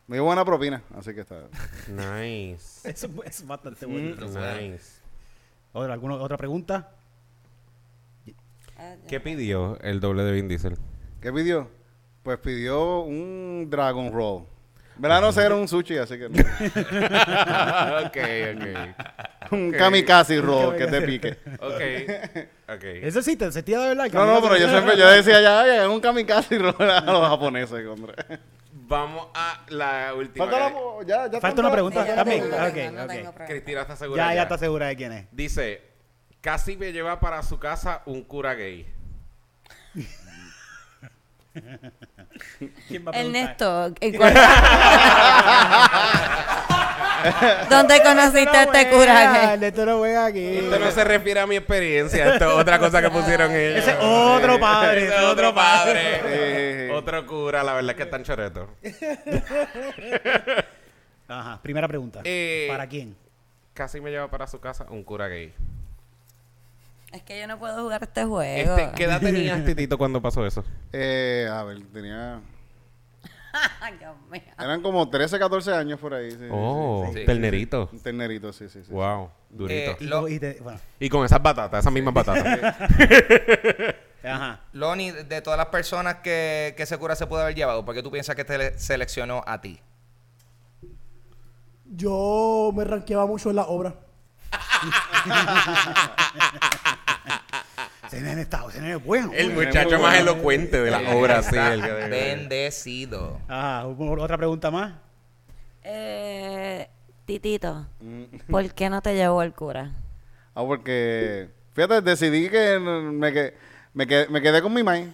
Speaker 4: Me dio buena propina, así que está.
Speaker 3: Nice.
Speaker 2: Eso es bastante bueno.
Speaker 3: Nice.
Speaker 2: Otra, ¿alguna, ¿Otra pregunta?
Speaker 3: ¿Qué pidió el doble de Vin Diesel?
Speaker 4: ¿Qué pidió? Pues pidió un Dragon Roll. ¿Verdad? No sé, era un sushi, así que no.
Speaker 3: ok, ok.
Speaker 4: un
Speaker 3: Ok.
Speaker 4: kamikaze roll que te pique.
Speaker 3: Ok. Ok.
Speaker 2: Ese sí, te sentía de verdad.
Speaker 4: No, no, pero yo siempre yo decía ya, ya, es un kamikaze roll a los japoneses, hombre.
Speaker 3: Vamos a la última.
Speaker 4: Falta la,
Speaker 3: que-
Speaker 4: ya, ya
Speaker 2: Falta una pregunta
Speaker 1: Sí, yo no
Speaker 2: también.
Speaker 1: tengo problema, no
Speaker 2: ok,
Speaker 1: tengo
Speaker 2: ok.
Speaker 1: problema.
Speaker 3: Cristina está segura.
Speaker 2: Ya, ya está segura de quién es.
Speaker 3: Dice, casi me lleva para su casa un cura gay.
Speaker 2: ¿Quién va a preguntar?
Speaker 1: Ernesto, ¿en cuál- ¿dónde conociste a este
Speaker 2: Ah,
Speaker 1: cura?
Speaker 2: Ernesto no juega aquí.
Speaker 3: Esto no se refiere a mi experiencia, esto es otra cosa que pusieron ellos.
Speaker 2: Ese es otro padre,
Speaker 3: Ese
Speaker 2: ese es
Speaker 3: otro
Speaker 2: otro padre.
Speaker 3: padre.
Speaker 4: Eh.
Speaker 3: otro cura, la verdad es que están choretos.
Speaker 2: Ajá, primera pregunta.
Speaker 3: Eh,
Speaker 2: ¿Para quién?
Speaker 3: Casi me lleva para su casa un cura gay.
Speaker 1: Es que yo no puedo jugar este juego.
Speaker 3: Este, ¿Qué edad tenías, Titito, cuando pasó eso?
Speaker 4: Eh, a ver, tenía
Speaker 1: Ay, Dios mío.
Speaker 4: Eran como 13, 14 años por ahí. sí, sí,
Speaker 3: Oh,
Speaker 5: sí, sí.
Speaker 3: ternerito.
Speaker 4: sí. Un ternerito, sí, sí, sí.
Speaker 3: Wow, durito.
Speaker 5: Eh,
Speaker 2: Y,
Speaker 5: Lo-
Speaker 2: co- y te- bueno,
Speaker 3: y con esas batatas, esas mismas batatas.
Speaker 2: ajá.
Speaker 5: Loni, de todas las personas que, que Secura se pudo haber llevado, ¿por qué tú piensas que te le- seleccionó a ti?
Speaker 6: Yo me ranqueaba mucho en la obra.
Speaker 2: Ese nene está, ese nene es bueno.
Speaker 3: el
Speaker 2: Uy.
Speaker 3: muchacho más elocuente de la obra, sí. el que-
Speaker 5: Bendecido.
Speaker 2: Ajá, ¿hubo otra pregunta más.
Speaker 1: Eh, titito,
Speaker 5: Mm.
Speaker 1: ¿por qué no te llevó el cura?
Speaker 4: Ah, porque. Fíjate, decidí que me, que- me, que- me quedé con mi mai.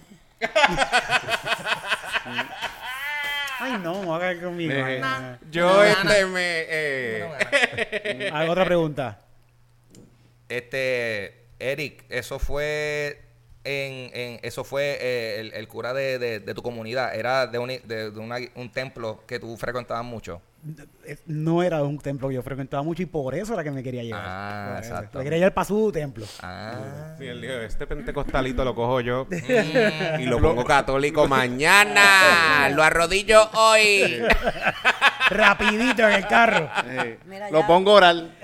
Speaker 2: Ay, no, no haga conmigo.
Speaker 3: Eh,
Speaker 2: Ay, no.
Speaker 3: yo este me... eh,
Speaker 2: Hago Ah, otra pregunta.
Speaker 5: Este, Eric, eso fue en, en- eso fue eh, el, el cura de, de- de tu comunidad, era de, un, de- de una- un templo que tú frecuentabas mucho.
Speaker 2: Eh, No era un templo que yo frecuentaba mucho y por eso era que me quería llevar.
Speaker 5: Ah,
Speaker 2: Por eso.
Speaker 5: exacto.
Speaker 2: Me quería llevar para su templo.
Speaker 5: Ah.
Speaker 3: Sí, él dijo, este pentecostalito lo cojo yo y lo pongo católico mañana. Lo arrodillo hoy.
Speaker 2: Rapidito en el carro.
Speaker 4: Eh,
Speaker 1: Mira
Speaker 4: lo
Speaker 1: ya.
Speaker 4: pongo oral.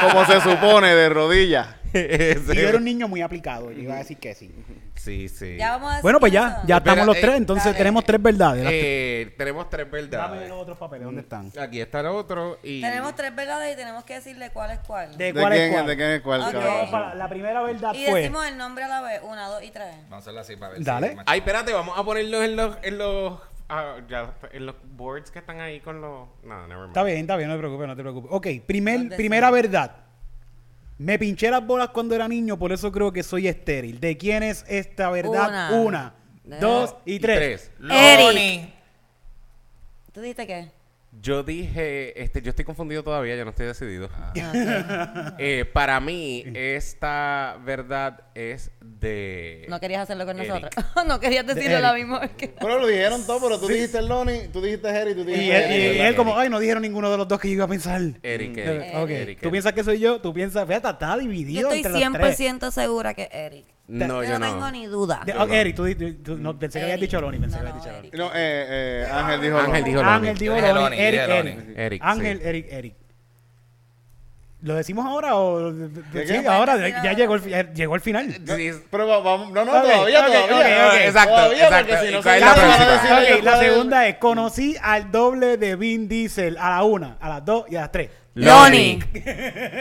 Speaker 4: Como se supone, de rodillas.
Speaker 2: Y yo era un niño muy aplicado, yo iba a decir que sí.
Speaker 3: Sí, sí.
Speaker 1: Ya vamos a decir
Speaker 2: Bueno, pues ya,
Speaker 1: eso.
Speaker 2: ya estamos
Speaker 3: Espera,
Speaker 2: los
Speaker 3: eh,
Speaker 2: tres, entonces
Speaker 3: eh,
Speaker 2: tenemos tres verdades. Las tres-
Speaker 3: Eh, tenemos tres
Speaker 2: Dame
Speaker 3: verdades.
Speaker 2: los otros papeles, ¿dónde están?
Speaker 3: Aquí está el otro y...
Speaker 1: Tenemos tres verdades y tenemos que decirle cuál es cuál.
Speaker 2: ¿De
Speaker 4: ¿De
Speaker 2: cuál es
Speaker 4: quién,
Speaker 2: cuál?
Speaker 4: ¿De quién es cuál?
Speaker 1: Ok.
Speaker 4: cabrón?
Speaker 2: Para- La primera verdad
Speaker 1: y
Speaker 2: fue...
Speaker 1: decimos el nombre a la vez, una, dos y tres.
Speaker 5: Vamos a hacerlo así para ver. si
Speaker 2: Dale.
Speaker 5: macho.
Speaker 3: Ay, espérate, vamos a ponerlos en los... En los ah, ya, en los boards que están ahí con los... No, never mind.
Speaker 2: Está bien, está bien, no te preocupes, no te preocupes. Ok, primer-
Speaker 1: ¿Dónde
Speaker 2: primera
Speaker 1: está?
Speaker 2: verdad. Me pinché las bolas cuando era niño, por eso creo que soy estéril. ¿De quién es esta verdad?
Speaker 1: Una. Eh.
Speaker 2: Una, dos y
Speaker 3: Y
Speaker 2: tres.
Speaker 5: Loni.
Speaker 1: ¿Tú dijiste qué?
Speaker 3: Yo dije, este, yo estoy confundido todavía, yo no estoy decidido. Eh, para mí, esta verdad es
Speaker 5: Eh,
Speaker 3: de...
Speaker 1: No querías hacerlo con
Speaker 3: Eric.
Speaker 1: nosotros. no querías decirlo
Speaker 2: Eric.
Speaker 1: la misma vez que...
Speaker 4: Pero lo dijeron todo, pero tú dijiste Lonnie, tú dijiste Harry, tú
Speaker 2: Y,
Speaker 1: Eh,
Speaker 4: dijiste
Speaker 2: él, y
Speaker 4: Eric.
Speaker 2: él como, ay, no dijeron ninguno de los dos que yo iba a pensar.
Speaker 3: Eric,
Speaker 2: Eh,
Speaker 3: Eric,
Speaker 2: ok.
Speaker 3: Eric,
Speaker 2: Tú
Speaker 3: Eric.
Speaker 2: piensas que soy yo, tú piensas, fíjate, está dividido
Speaker 1: Yo estoy
Speaker 2: entre los tres.
Speaker 1: 100% segura que es Eric.
Speaker 3: No, yo
Speaker 1: yo no
Speaker 3: no.
Speaker 1: tengo ni duda.
Speaker 2: De- ok, Eric, tú, tú- tú- no, pensé que habías
Speaker 1: Eric.
Speaker 2: dicho Loni, pensé
Speaker 1: No,
Speaker 2: que
Speaker 1: Eh, no,
Speaker 2: habías dicho
Speaker 1: Eric.
Speaker 2: Loni.
Speaker 4: No, eh, eh, Ángel dijo
Speaker 3: Ángel
Speaker 4: Lonnie.
Speaker 3: dijo Loni.
Speaker 2: Ángel dijo
Speaker 5: Yo dije
Speaker 2: Loni,
Speaker 5: Loni, yo
Speaker 2: Eric,
Speaker 5: dije
Speaker 2: Eric.
Speaker 5: Loni.
Speaker 3: Eric,
Speaker 2: Ángel,
Speaker 3: sí.
Speaker 2: Eric, Eric. ¿Lo decimos ahora o...? Sí,
Speaker 4: qué?
Speaker 2: ahora, ya, ya llegó el, fi- ya llegó el final.
Speaker 3: Sí,
Speaker 4: Pero va- vamos, no, no,
Speaker 2: Ok,
Speaker 4: todavía,
Speaker 2: ok,
Speaker 4: todavía.
Speaker 2: ok, ok.
Speaker 3: Exacto,
Speaker 4: Todavía,
Speaker 3: exacto.
Speaker 4: porque si
Speaker 3: ¿Y cuál
Speaker 4: no se
Speaker 3: es la
Speaker 4: llama, van a
Speaker 3: próxima?
Speaker 4: decirle
Speaker 2: Ok,
Speaker 4: que
Speaker 2: la
Speaker 4: cuál es-
Speaker 2: segunda es, conocí al doble de Vin Diesel a la una, a las dos y a las tres.
Speaker 1: Loni.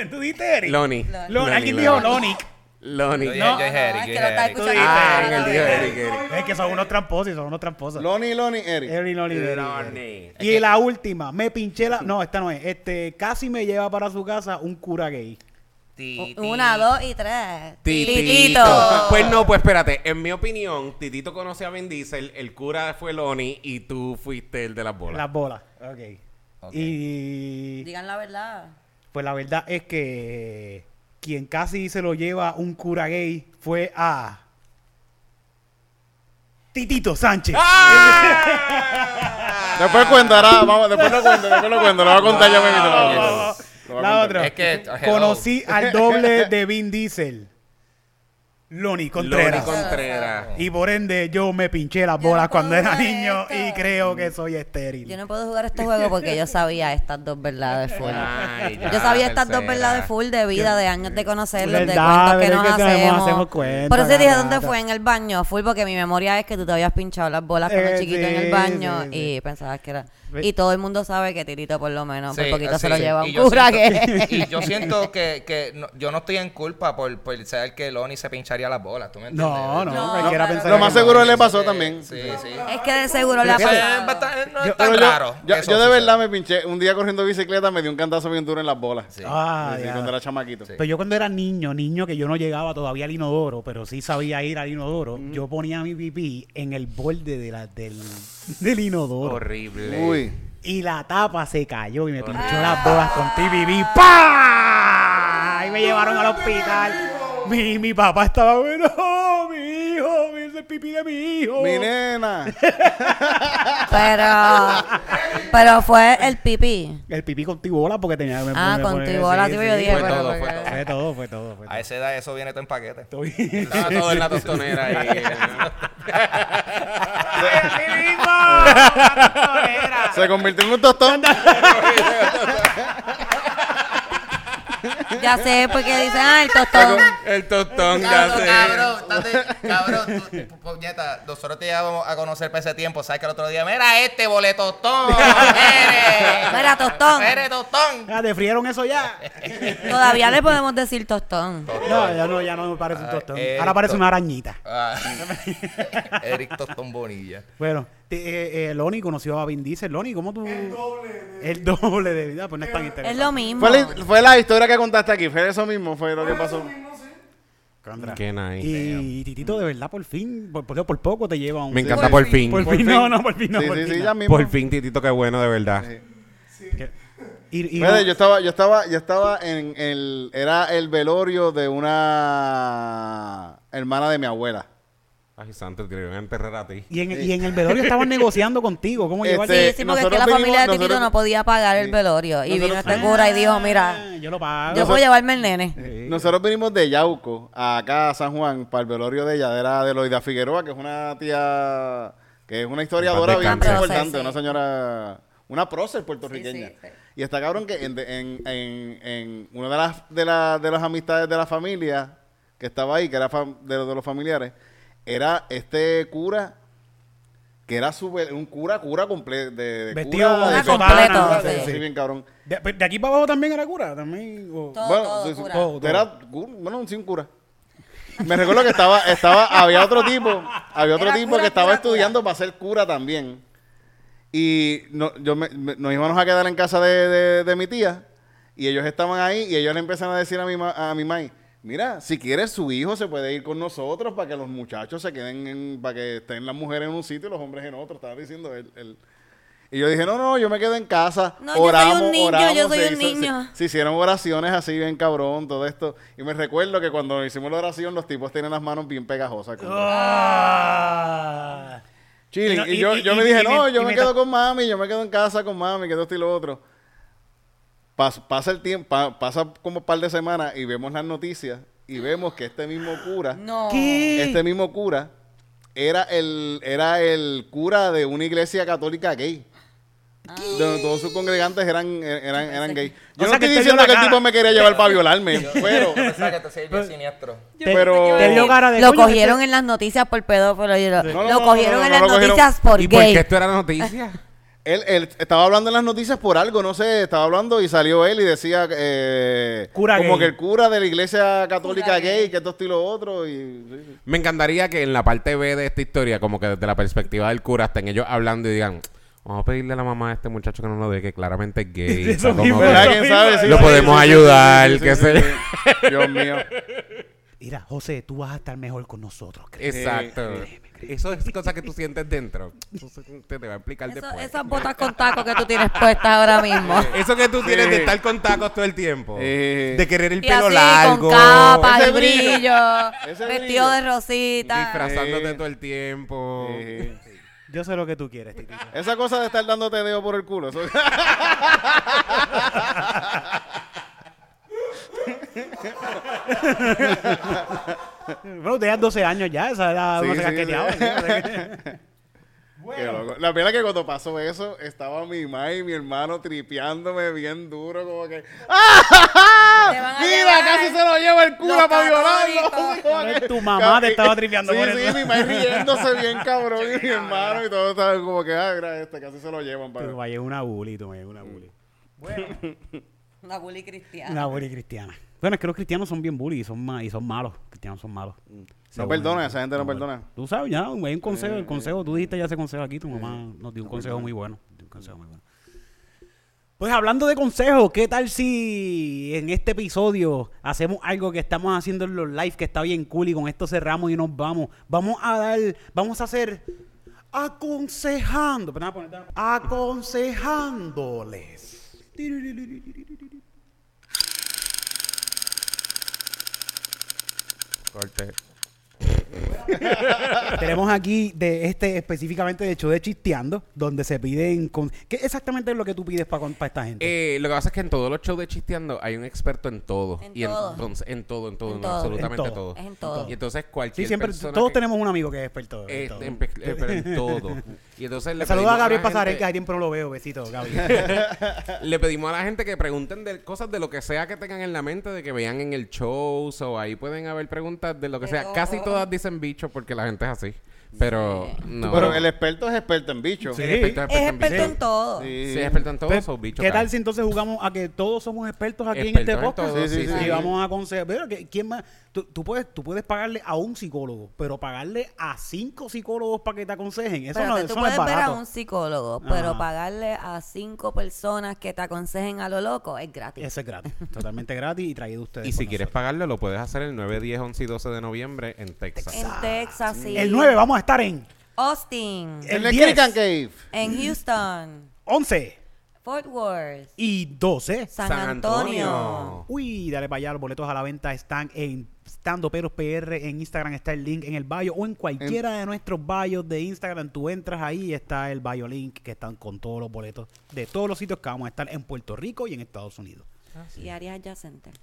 Speaker 2: ¿Tú dijiste Eric?
Speaker 3: Loni.
Speaker 2: Lon- alguien dijo Lonic.
Speaker 3: Loni.
Speaker 5: Yo dije-
Speaker 2: No.
Speaker 5: yo dije Eric,
Speaker 1: es
Speaker 5: yo
Speaker 1: que lo
Speaker 5: dije
Speaker 1: está
Speaker 5: Eric.
Speaker 1: escuchando.
Speaker 3: Ah,
Speaker 1: ahora,
Speaker 3: Ángel
Speaker 1: lo
Speaker 3: dijo
Speaker 1: de-
Speaker 3: Eric, Eric.
Speaker 2: Es que son unos tramposos y son unos tramposos.
Speaker 4: Lonnie, Lonnie, Eric.
Speaker 2: Eric, Loni, Eric, Eric.
Speaker 3: Loni.
Speaker 2: Y la última, me pinché la... No, esta no es. Este, casi me lleva para su casa un cura gay.
Speaker 5: Ti, ti.
Speaker 1: Una, dos y tres.
Speaker 3: Titito. Pues no, pues espérate. En mi opinión, Titito conoce a Vin Diesel, el cura fue Loni y tú fuiste el de las bolas.
Speaker 2: Las bolas. Ok.
Speaker 5: Ok.
Speaker 2: Y
Speaker 1: Digan la verdad.
Speaker 2: pues la verdad es que quien casi se lo lleva un cura gay fue a... Titito Sánchez.
Speaker 4: Después cuentará, vamos, después lo cuento, después lo cuento, lo va a contar ya me
Speaker 2: Ah, La otra.
Speaker 5: Es que, hello.
Speaker 2: Conocí al doble de Vin Diesel. Loni Contreras.
Speaker 3: Loni Contreras.
Speaker 2: y por ende yo me pinché las
Speaker 1: Yo no
Speaker 2: bolas
Speaker 1: puedo
Speaker 2: cuando era
Speaker 1: jugar
Speaker 2: niño
Speaker 1: esto.
Speaker 2: y creo que soy
Speaker 1: Yo
Speaker 2: estéril.
Speaker 1: no puedo jugar este juego porque yo sabía estas dos verdades full.
Speaker 5: Ah,
Speaker 3: Ay, ya,
Speaker 1: yo sabía estas dos
Speaker 3: tercera.
Speaker 1: verdades full de vida, de años de conocerlos, de
Speaker 2: Verdad,
Speaker 1: cuentos que
Speaker 2: verdad
Speaker 1: nos
Speaker 2: que tenemos-
Speaker 1: hacemos.
Speaker 2: hacemos cuentos,
Speaker 1: Por eso dije,
Speaker 2: gata.
Speaker 1: ¿dónde fue? En el baño, full, porque mi memoria es que tú te habías pinchado las bolas cuando
Speaker 2: Eh,
Speaker 1: chiquito en
Speaker 2: sí,
Speaker 1: el baño
Speaker 2: sí,
Speaker 1: y pensabas que era...
Speaker 2: Ve-
Speaker 1: Y todo el mundo sabe que Tirito por lo menos
Speaker 5: Sí,
Speaker 1: por poquito
Speaker 5: así
Speaker 1: se lo
Speaker 5: es.
Speaker 1: lleva
Speaker 5: Y
Speaker 1: un
Speaker 5: yo
Speaker 1: cura
Speaker 5: siento-
Speaker 1: que...
Speaker 5: Y yo siento que, que no- yo no estoy en culpa por, por saber que Loni se pincharía las bolas, ¿tú me entiendes?
Speaker 2: No, no,
Speaker 1: No,
Speaker 2: cualquiera
Speaker 1: claro,
Speaker 2: pensaría
Speaker 4: Lo
Speaker 1: Lo
Speaker 2: que
Speaker 4: más
Speaker 2: no.
Speaker 4: seguro le pasó
Speaker 5: Sí,
Speaker 4: también.
Speaker 5: Sí, sí. Eh,
Speaker 1: es que de seguro le ha
Speaker 5: Fíjate,
Speaker 1: pasado.
Speaker 5: bastante- no
Speaker 4: Yo,
Speaker 5: es tan
Speaker 4: pero yo,
Speaker 5: raro.
Speaker 4: yo-
Speaker 5: Eso
Speaker 4: yo de
Speaker 5: sí,
Speaker 4: verdad
Speaker 5: sí.
Speaker 4: me pinché. Un día corriendo bicicleta me dio un cantazo bien duro en las bolas.
Speaker 5: Sí.
Speaker 2: Ah,
Speaker 4: Sí,
Speaker 2: ya.
Speaker 4: cuando era chamaquito.
Speaker 5: Sí.
Speaker 2: Pero yo cuando era niño, niño que yo no llegaba todavía al inodoro, pero sí sabía ir al inodoro, yo ponía mi pipí en el borde de la, del, del inodoro.
Speaker 3: Horrible.
Speaker 4: Uy.
Speaker 2: Y la tapa se cayó y me pinchó las bolas con TVB. ¡Pah! Y me llevaron al hospital. mi, mi papá estaba, bueno, mi hijo, me hizo el pipí de mi hijo.
Speaker 4: Mi nena.
Speaker 1: Pero, pero fue el pipí.
Speaker 2: El pipí con tibola porque tenía... me-
Speaker 1: Ah,
Speaker 2: me-
Speaker 1: con
Speaker 2: me-
Speaker 1: tibola,
Speaker 2: sí,
Speaker 1: tío,
Speaker 2: sí,
Speaker 1: yo dije, pues,
Speaker 5: fue
Speaker 1: pero
Speaker 5: todo,
Speaker 1: porque-
Speaker 5: fue todo.
Speaker 2: Fue todo, fue todo. Fue todo.
Speaker 5: A esa edad eso viene todo en paquete.
Speaker 2: Estoy-
Speaker 3: Estaba todo en la tostonera eh. y...
Speaker 5: eh.
Speaker 4: Se convirtió en un tostón.
Speaker 1: Ya sé, porque dicen, ah, el tostón.
Speaker 3: el tostón, ya
Speaker 5: Cabrón,
Speaker 3: sé.
Speaker 5: cabrón, estate- cabrón, tú- pu- puñeta, nosotros te llevamos a conocer para ese tiempo, sabes que el otro día, mira este boletostón, mire.
Speaker 1: Mira, tostón.
Speaker 5: Mire, tostón.
Speaker 2: Ah, te frieron eso ya.
Speaker 1: Todavía le podemos decir tostón.
Speaker 2: No, ya no, ya no me parece un
Speaker 5: Ah,
Speaker 2: tostón.
Speaker 5: eh,
Speaker 2: Ahora parece
Speaker 5: to-
Speaker 2: una arañita.
Speaker 5: Ah. Eric Tostón Bonilla.
Speaker 2: Bueno, te- eh, eh, Loni conoció a Vin Diesel. Loni, ¿cómo tú...?
Speaker 6: El doble de-
Speaker 2: El doble de vida, pues no es tan
Speaker 1: Es
Speaker 2: interesante.
Speaker 1: lo mismo.
Speaker 4: Fue la, eh, fue la historia que contaste aquí. Fue eso mismo, fue lo que pasó.
Speaker 6: Eso mismo, sí.
Speaker 2: Contra.
Speaker 3: Qué nice.
Speaker 2: Y Titito, de verdad, por fin, por, por- por poco te lleva a un...
Speaker 3: Me encanta por fin.
Speaker 2: Por,
Speaker 4: Por
Speaker 2: fin,
Speaker 4: fin.
Speaker 2: no, no, por fin no,
Speaker 4: sí,
Speaker 2: por
Speaker 4: sí,
Speaker 2: fin
Speaker 4: sí,
Speaker 2: no.
Speaker 4: ya mismo.
Speaker 3: Por fin, Titito, qué bueno, de verdad.
Speaker 4: Sí.
Speaker 2: Y, y no-
Speaker 4: Fede, yo estaba, yo estaba, yo estaba en el, era el velorio de una hermana de mi abuela.
Speaker 3: Ay, santo, te iban a enterrar a ti.
Speaker 2: y en, y en el velorio estaban negociando contigo. ¿Cómo
Speaker 4: Este,
Speaker 2: llevarte?
Speaker 1: Sí, sí, porque es que la
Speaker 4: nosotros
Speaker 1: familia de
Speaker 4: vinimos-
Speaker 1: Titito
Speaker 4: nosotros-
Speaker 1: no podía pagar el
Speaker 4: Sí.
Speaker 1: velorio. Y
Speaker 4: Nosotros-
Speaker 1: vino este cura y dijo, mira,
Speaker 2: Ah, yo lo pago.
Speaker 1: yo puedo llevarme el nene.
Speaker 4: Nosotros vinimos de Yauco a acá a San Juan para el velorio de ella, era de Loida Figueroa, que es una tía, que es una historiadora
Speaker 3: Paz
Speaker 4: bien
Speaker 3: descanse.
Speaker 4: importante,
Speaker 1: Sí.
Speaker 4: una señora, una prócer puertorriqueña.
Speaker 1: Sí, sí, sí.
Speaker 4: Y está cabrón que en, en- en- en una de las, de, la- de las amistades de la familia que estaba ahí, que era fam- de, los- de los familiares, era este cura que era su, ve- un cura, cura completo. De, de
Speaker 2: Vestido
Speaker 4: cura,
Speaker 2: de
Speaker 4: de
Speaker 2: sotana,
Speaker 4: cura,
Speaker 1: sí.
Speaker 4: de- sí,
Speaker 2: Sí.
Speaker 4: bien cabrón.
Speaker 2: De, pero de aquí para abajo también era cura. También, o-
Speaker 1: Todo,
Speaker 4: Bueno,
Speaker 1: todo,
Speaker 4: sí, sí.
Speaker 1: cura.
Speaker 2: todo.
Speaker 4: Era, gu- bueno, sí, un cura. Me recuerdo que estaba, estaba, había otro tipo, había otro
Speaker 1: Era
Speaker 4: tipo
Speaker 1: cura,
Speaker 4: que estaba
Speaker 1: cura,
Speaker 4: estudiando para ser cura también. Y no- yo me- me- nos íbamos a quedar en casa de, de- de mi tía. Y ellos estaban ahí y ellos le empezaron a decir a mi, ma- a mi mai, mira, si quieres su hijo se puede ir con nosotros para que los muchachos se queden, en- para que estén las mujeres en un sitio y los hombres en otro. Estaba diciendo él. él. Y yo dije, no, no, yo me quedo en casa.
Speaker 1: No, yo soy
Speaker 4: oramos,
Speaker 1: un niño,
Speaker 4: oramos.
Speaker 1: yo soy
Speaker 4: se
Speaker 1: un
Speaker 4: hizo- se-
Speaker 1: niño.
Speaker 4: se hicieron oraciones así bien cabrón, todo esto. Y me recuerdo que cuando hicimos la oración, los tipos tienen las manos bien pegajosas. como-
Speaker 2: Ah.
Speaker 4: Chilling.
Speaker 2: Y no-
Speaker 4: y,
Speaker 2: y-
Speaker 4: yo,
Speaker 2: y-
Speaker 4: yo
Speaker 2: y-
Speaker 4: me dije,
Speaker 2: y
Speaker 4: no,
Speaker 2: me-
Speaker 4: yo
Speaker 2: y
Speaker 4: me
Speaker 2: me
Speaker 4: quedo
Speaker 2: ta-
Speaker 4: con mami, yo me quedo en casa con mami, que esto y lo otro. Pas- pasa el tiempo, pa- pasa como un par de semanas y vemos las noticias y vemos que este mismo cura,
Speaker 1: No.
Speaker 2: ¿Qué?
Speaker 4: este mismo cura, era el, era el cura de una iglesia católica gay. Donde todos sus congregantes eran, eran, eran gay. Yo
Speaker 2: O
Speaker 4: no
Speaker 2: sea Ah. que te
Speaker 4: estoy
Speaker 2: dio
Speaker 4: diciendo
Speaker 2: la
Speaker 4: que el
Speaker 2: cara.
Speaker 4: tipo me quería llevar para violarme, pero...
Speaker 5: Pensaba que te servía siniestro.
Speaker 2: Te-
Speaker 4: Pero-
Speaker 2: te dio cara de
Speaker 1: Lo
Speaker 2: coño,
Speaker 1: cogieron
Speaker 2: este-
Speaker 1: en las noticias por pedófilo. y Lo,
Speaker 4: No, no,
Speaker 1: lo
Speaker 4: no,
Speaker 1: cogieron
Speaker 4: no, no,
Speaker 1: en
Speaker 4: no
Speaker 1: las
Speaker 4: lo cogieron.
Speaker 1: noticias por
Speaker 3: ¿Y por
Speaker 1: gay.
Speaker 3: qué esto
Speaker 4: este
Speaker 3: era noticia?
Speaker 4: Él, él estaba hablando en las noticias por algo, no sé, estaba hablando y salió él y decía eh,
Speaker 2: Cura
Speaker 4: como
Speaker 2: gay.
Speaker 4: que el cura de la iglesia católica
Speaker 1: Cura
Speaker 4: gay,
Speaker 1: gay.
Speaker 4: que esto y lo otro. Y, sí, sí.
Speaker 3: Me encantaría que en la parte B de esta historia, como que desde la perspectiva del cura, estén ellos hablando y digan, vamos a pedirle a la mamá de este muchacho que no lo dé, que claramente es gay.
Speaker 2: Eso
Speaker 3: Está como
Speaker 2: mismo.
Speaker 3: que-
Speaker 4: ¿Verdad?
Speaker 2: eso
Speaker 4: ¿Quién
Speaker 2: mismo
Speaker 4: sabe?
Speaker 2: es.
Speaker 4: Sí,
Speaker 3: Lo
Speaker 4: sí,
Speaker 3: podemos
Speaker 4: sí, sí,
Speaker 3: ayudar,
Speaker 4: sí, sí,
Speaker 3: que
Speaker 4: sí,
Speaker 3: se-
Speaker 4: sí. Dios mío.
Speaker 2: Mira, José, tú vas a estar mejor con nosotros, creo.
Speaker 3: Exacto. Eso es cosa que tú sientes dentro. Eso se- te, te va a explicar
Speaker 1: Eso-
Speaker 3: después.
Speaker 1: esas botas con tacos que tú tienes puestas ahora mismo.
Speaker 3: Eso que tú tienes
Speaker 4: Sí.
Speaker 3: de estar con tacos todo el tiempo.
Speaker 4: Sí.
Speaker 3: De querer el
Speaker 1: Y
Speaker 3: pelo
Speaker 1: así,
Speaker 3: largo.
Speaker 1: con capa,
Speaker 4: Ese
Speaker 1: y
Speaker 4: brillo.
Speaker 1: brillo,
Speaker 4: Ese
Speaker 1: vestido de
Speaker 4: brillo.
Speaker 1: rosita.
Speaker 3: Disfrazándote
Speaker 4: Sí.
Speaker 3: todo el tiempo.
Speaker 4: Sí.
Speaker 2: Yo sé lo que tú quieres, Titito.
Speaker 4: Esa cosa de estar dándote dedo por el culo. eso-
Speaker 2: Bueno, tenías 12 años ya, esa era
Speaker 4: Sí,
Speaker 2: uno se
Speaker 4: sí,
Speaker 2: casqueteaba,
Speaker 4: sí.
Speaker 2: ¿sí? O sea que-
Speaker 4: Qué loco. La verdad es que cuando pasó eso, estaba mi mamá y mi hermano tripeándome bien duro, como que
Speaker 1: Te van a
Speaker 4: Mira,
Speaker 1: llevar.
Speaker 4: casi se lo lleva el cura
Speaker 1: Los
Speaker 4: para violarlo.
Speaker 1: católicos.
Speaker 4: Como que-
Speaker 2: Tu mamá te estaba tripeando
Speaker 4: sí,
Speaker 2: por
Speaker 4: sí,
Speaker 2: eso.
Speaker 4: mi madre riéndose bien cabrón y mi hermano y todo estaba como que, ah, mira, este casi se lo
Speaker 2: Tú
Speaker 4: llevan. Para...
Speaker 2: vayas una bully, tú vayas una bully.
Speaker 1: Una bully cristiana.
Speaker 2: Una bully cristiana. Bueno, es que los cristianos son bien bully y son, ma- y son malos. Cristianos son malos.
Speaker 4: Mm. No
Speaker 2: Según-
Speaker 4: perdona, esa gente no perdona.
Speaker 2: Tú sabes, ya, hay un consejo, el consejo, tú dijiste ya ese consejo aquí, tu mamá nos dio un consejo muy bueno. dio un consejo muy bueno. Pues hablando de consejos, ¿qué tal si en este episodio hacemos algo que estamos haciendo en los live que está bien cool y con esto cerramos y nos vamos? Vamos a dar, vamos a hacer aconsejando, perdón, perdón, aconsejándoles.
Speaker 3: Corte.
Speaker 2: Tenemos aquí de este específicamente de hecho de chisteando, donde se piden con- ¿Qué exactamente es lo que tú pides para esta gente?
Speaker 3: Eh, lo que pasa es que en todos los shows de Chisteando hay un experto en todo.
Speaker 1: En
Speaker 3: y en-
Speaker 1: todo.
Speaker 3: entonces- En, todo, en todo,
Speaker 1: En
Speaker 3: en
Speaker 1: todo.
Speaker 3: absolutamente
Speaker 2: En
Speaker 3: todo.
Speaker 2: todo.
Speaker 1: Es en todo.
Speaker 3: Y entonces cualquier
Speaker 2: sí, siempre
Speaker 3: persona
Speaker 2: todos
Speaker 3: que-
Speaker 2: tenemos un amigo que es experto. en
Speaker 3: eh,
Speaker 2: todo.
Speaker 3: en pe- eh, pero en todo. Y entonces le
Speaker 2: Le saludo a
Speaker 3: pedimos la
Speaker 2: Gabriel
Speaker 3: gente-
Speaker 2: Pasarel, que hace tiempo no lo veo. Besito, Gabriel.
Speaker 3: Le pedimos a la gente que pregunten de cosas de lo que sea que tengan en la mente, de que vean en el show, o ahí pueden haber preguntas de lo que
Speaker 1: De
Speaker 3: sea.
Speaker 1: todo.
Speaker 3: Casi todas dicen bicho porque la gente es así. Pero no.
Speaker 4: Pero el experto es experto en bichos.
Speaker 2: Sí.
Speaker 3: El experto
Speaker 1: Es
Speaker 3: bicho.
Speaker 1: experto en todo.
Speaker 4: Sí.
Speaker 3: Sí, es experto en todo,
Speaker 2: Entonces,
Speaker 3: son bichos.
Speaker 2: ¿Qué
Speaker 3: cara.
Speaker 2: tal si entonces jugamos a que todos somos expertos aquí en
Speaker 3: Expertos
Speaker 2: este
Speaker 3: en
Speaker 2: podcast?
Speaker 3: todo,
Speaker 4: sí, sí,
Speaker 2: y
Speaker 4: sí.
Speaker 2: vamos a aconsejar. Pero, ¿qué- ¿quién más? Tú, tú puedes, tú puedes pagarle a un psicólogo, pero pagarle a cinco psicólogos para que te aconsejen. Eso no,
Speaker 1: Espérate,
Speaker 2: eso
Speaker 1: tú
Speaker 2: no es
Speaker 1: puedes ver a
Speaker 2: barato.
Speaker 1: un psicólogo, pero
Speaker 2: Ajá.
Speaker 1: pagarle a cinco personas que te aconsejen a lo loco es gratis.
Speaker 2: Eso es gratis. Totalmente gratis y traído a ustedes.
Speaker 3: Y si
Speaker 2: por
Speaker 3: quieres
Speaker 2: nosotros.
Speaker 3: pagarlo, lo puedes hacer el 9, 10, 11 y 12 de noviembre en Texas.
Speaker 1: En Texas, sí.
Speaker 2: El 9 vamos a estar en
Speaker 1: Austin.
Speaker 2: El
Speaker 4: En el
Speaker 2: 10.
Speaker 4: Crick and Cave.
Speaker 1: En Houston.
Speaker 2: 11
Speaker 1: Fort Worth.
Speaker 2: y 12.
Speaker 1: San, Antonio.
Speaker 2: Uy, dale para allá. Los boletos a la venta están en Stando Peros PR. En Instagram está el link en el bio o en cualquiera de nuestros bios de Instagram. Tú entras ahí y está el bio link que están con todos los boletos de todos los sitios que vamos a estar en Puerto Rico y en Estados Unidos.
Speaker 1: Y áreas adyacentes.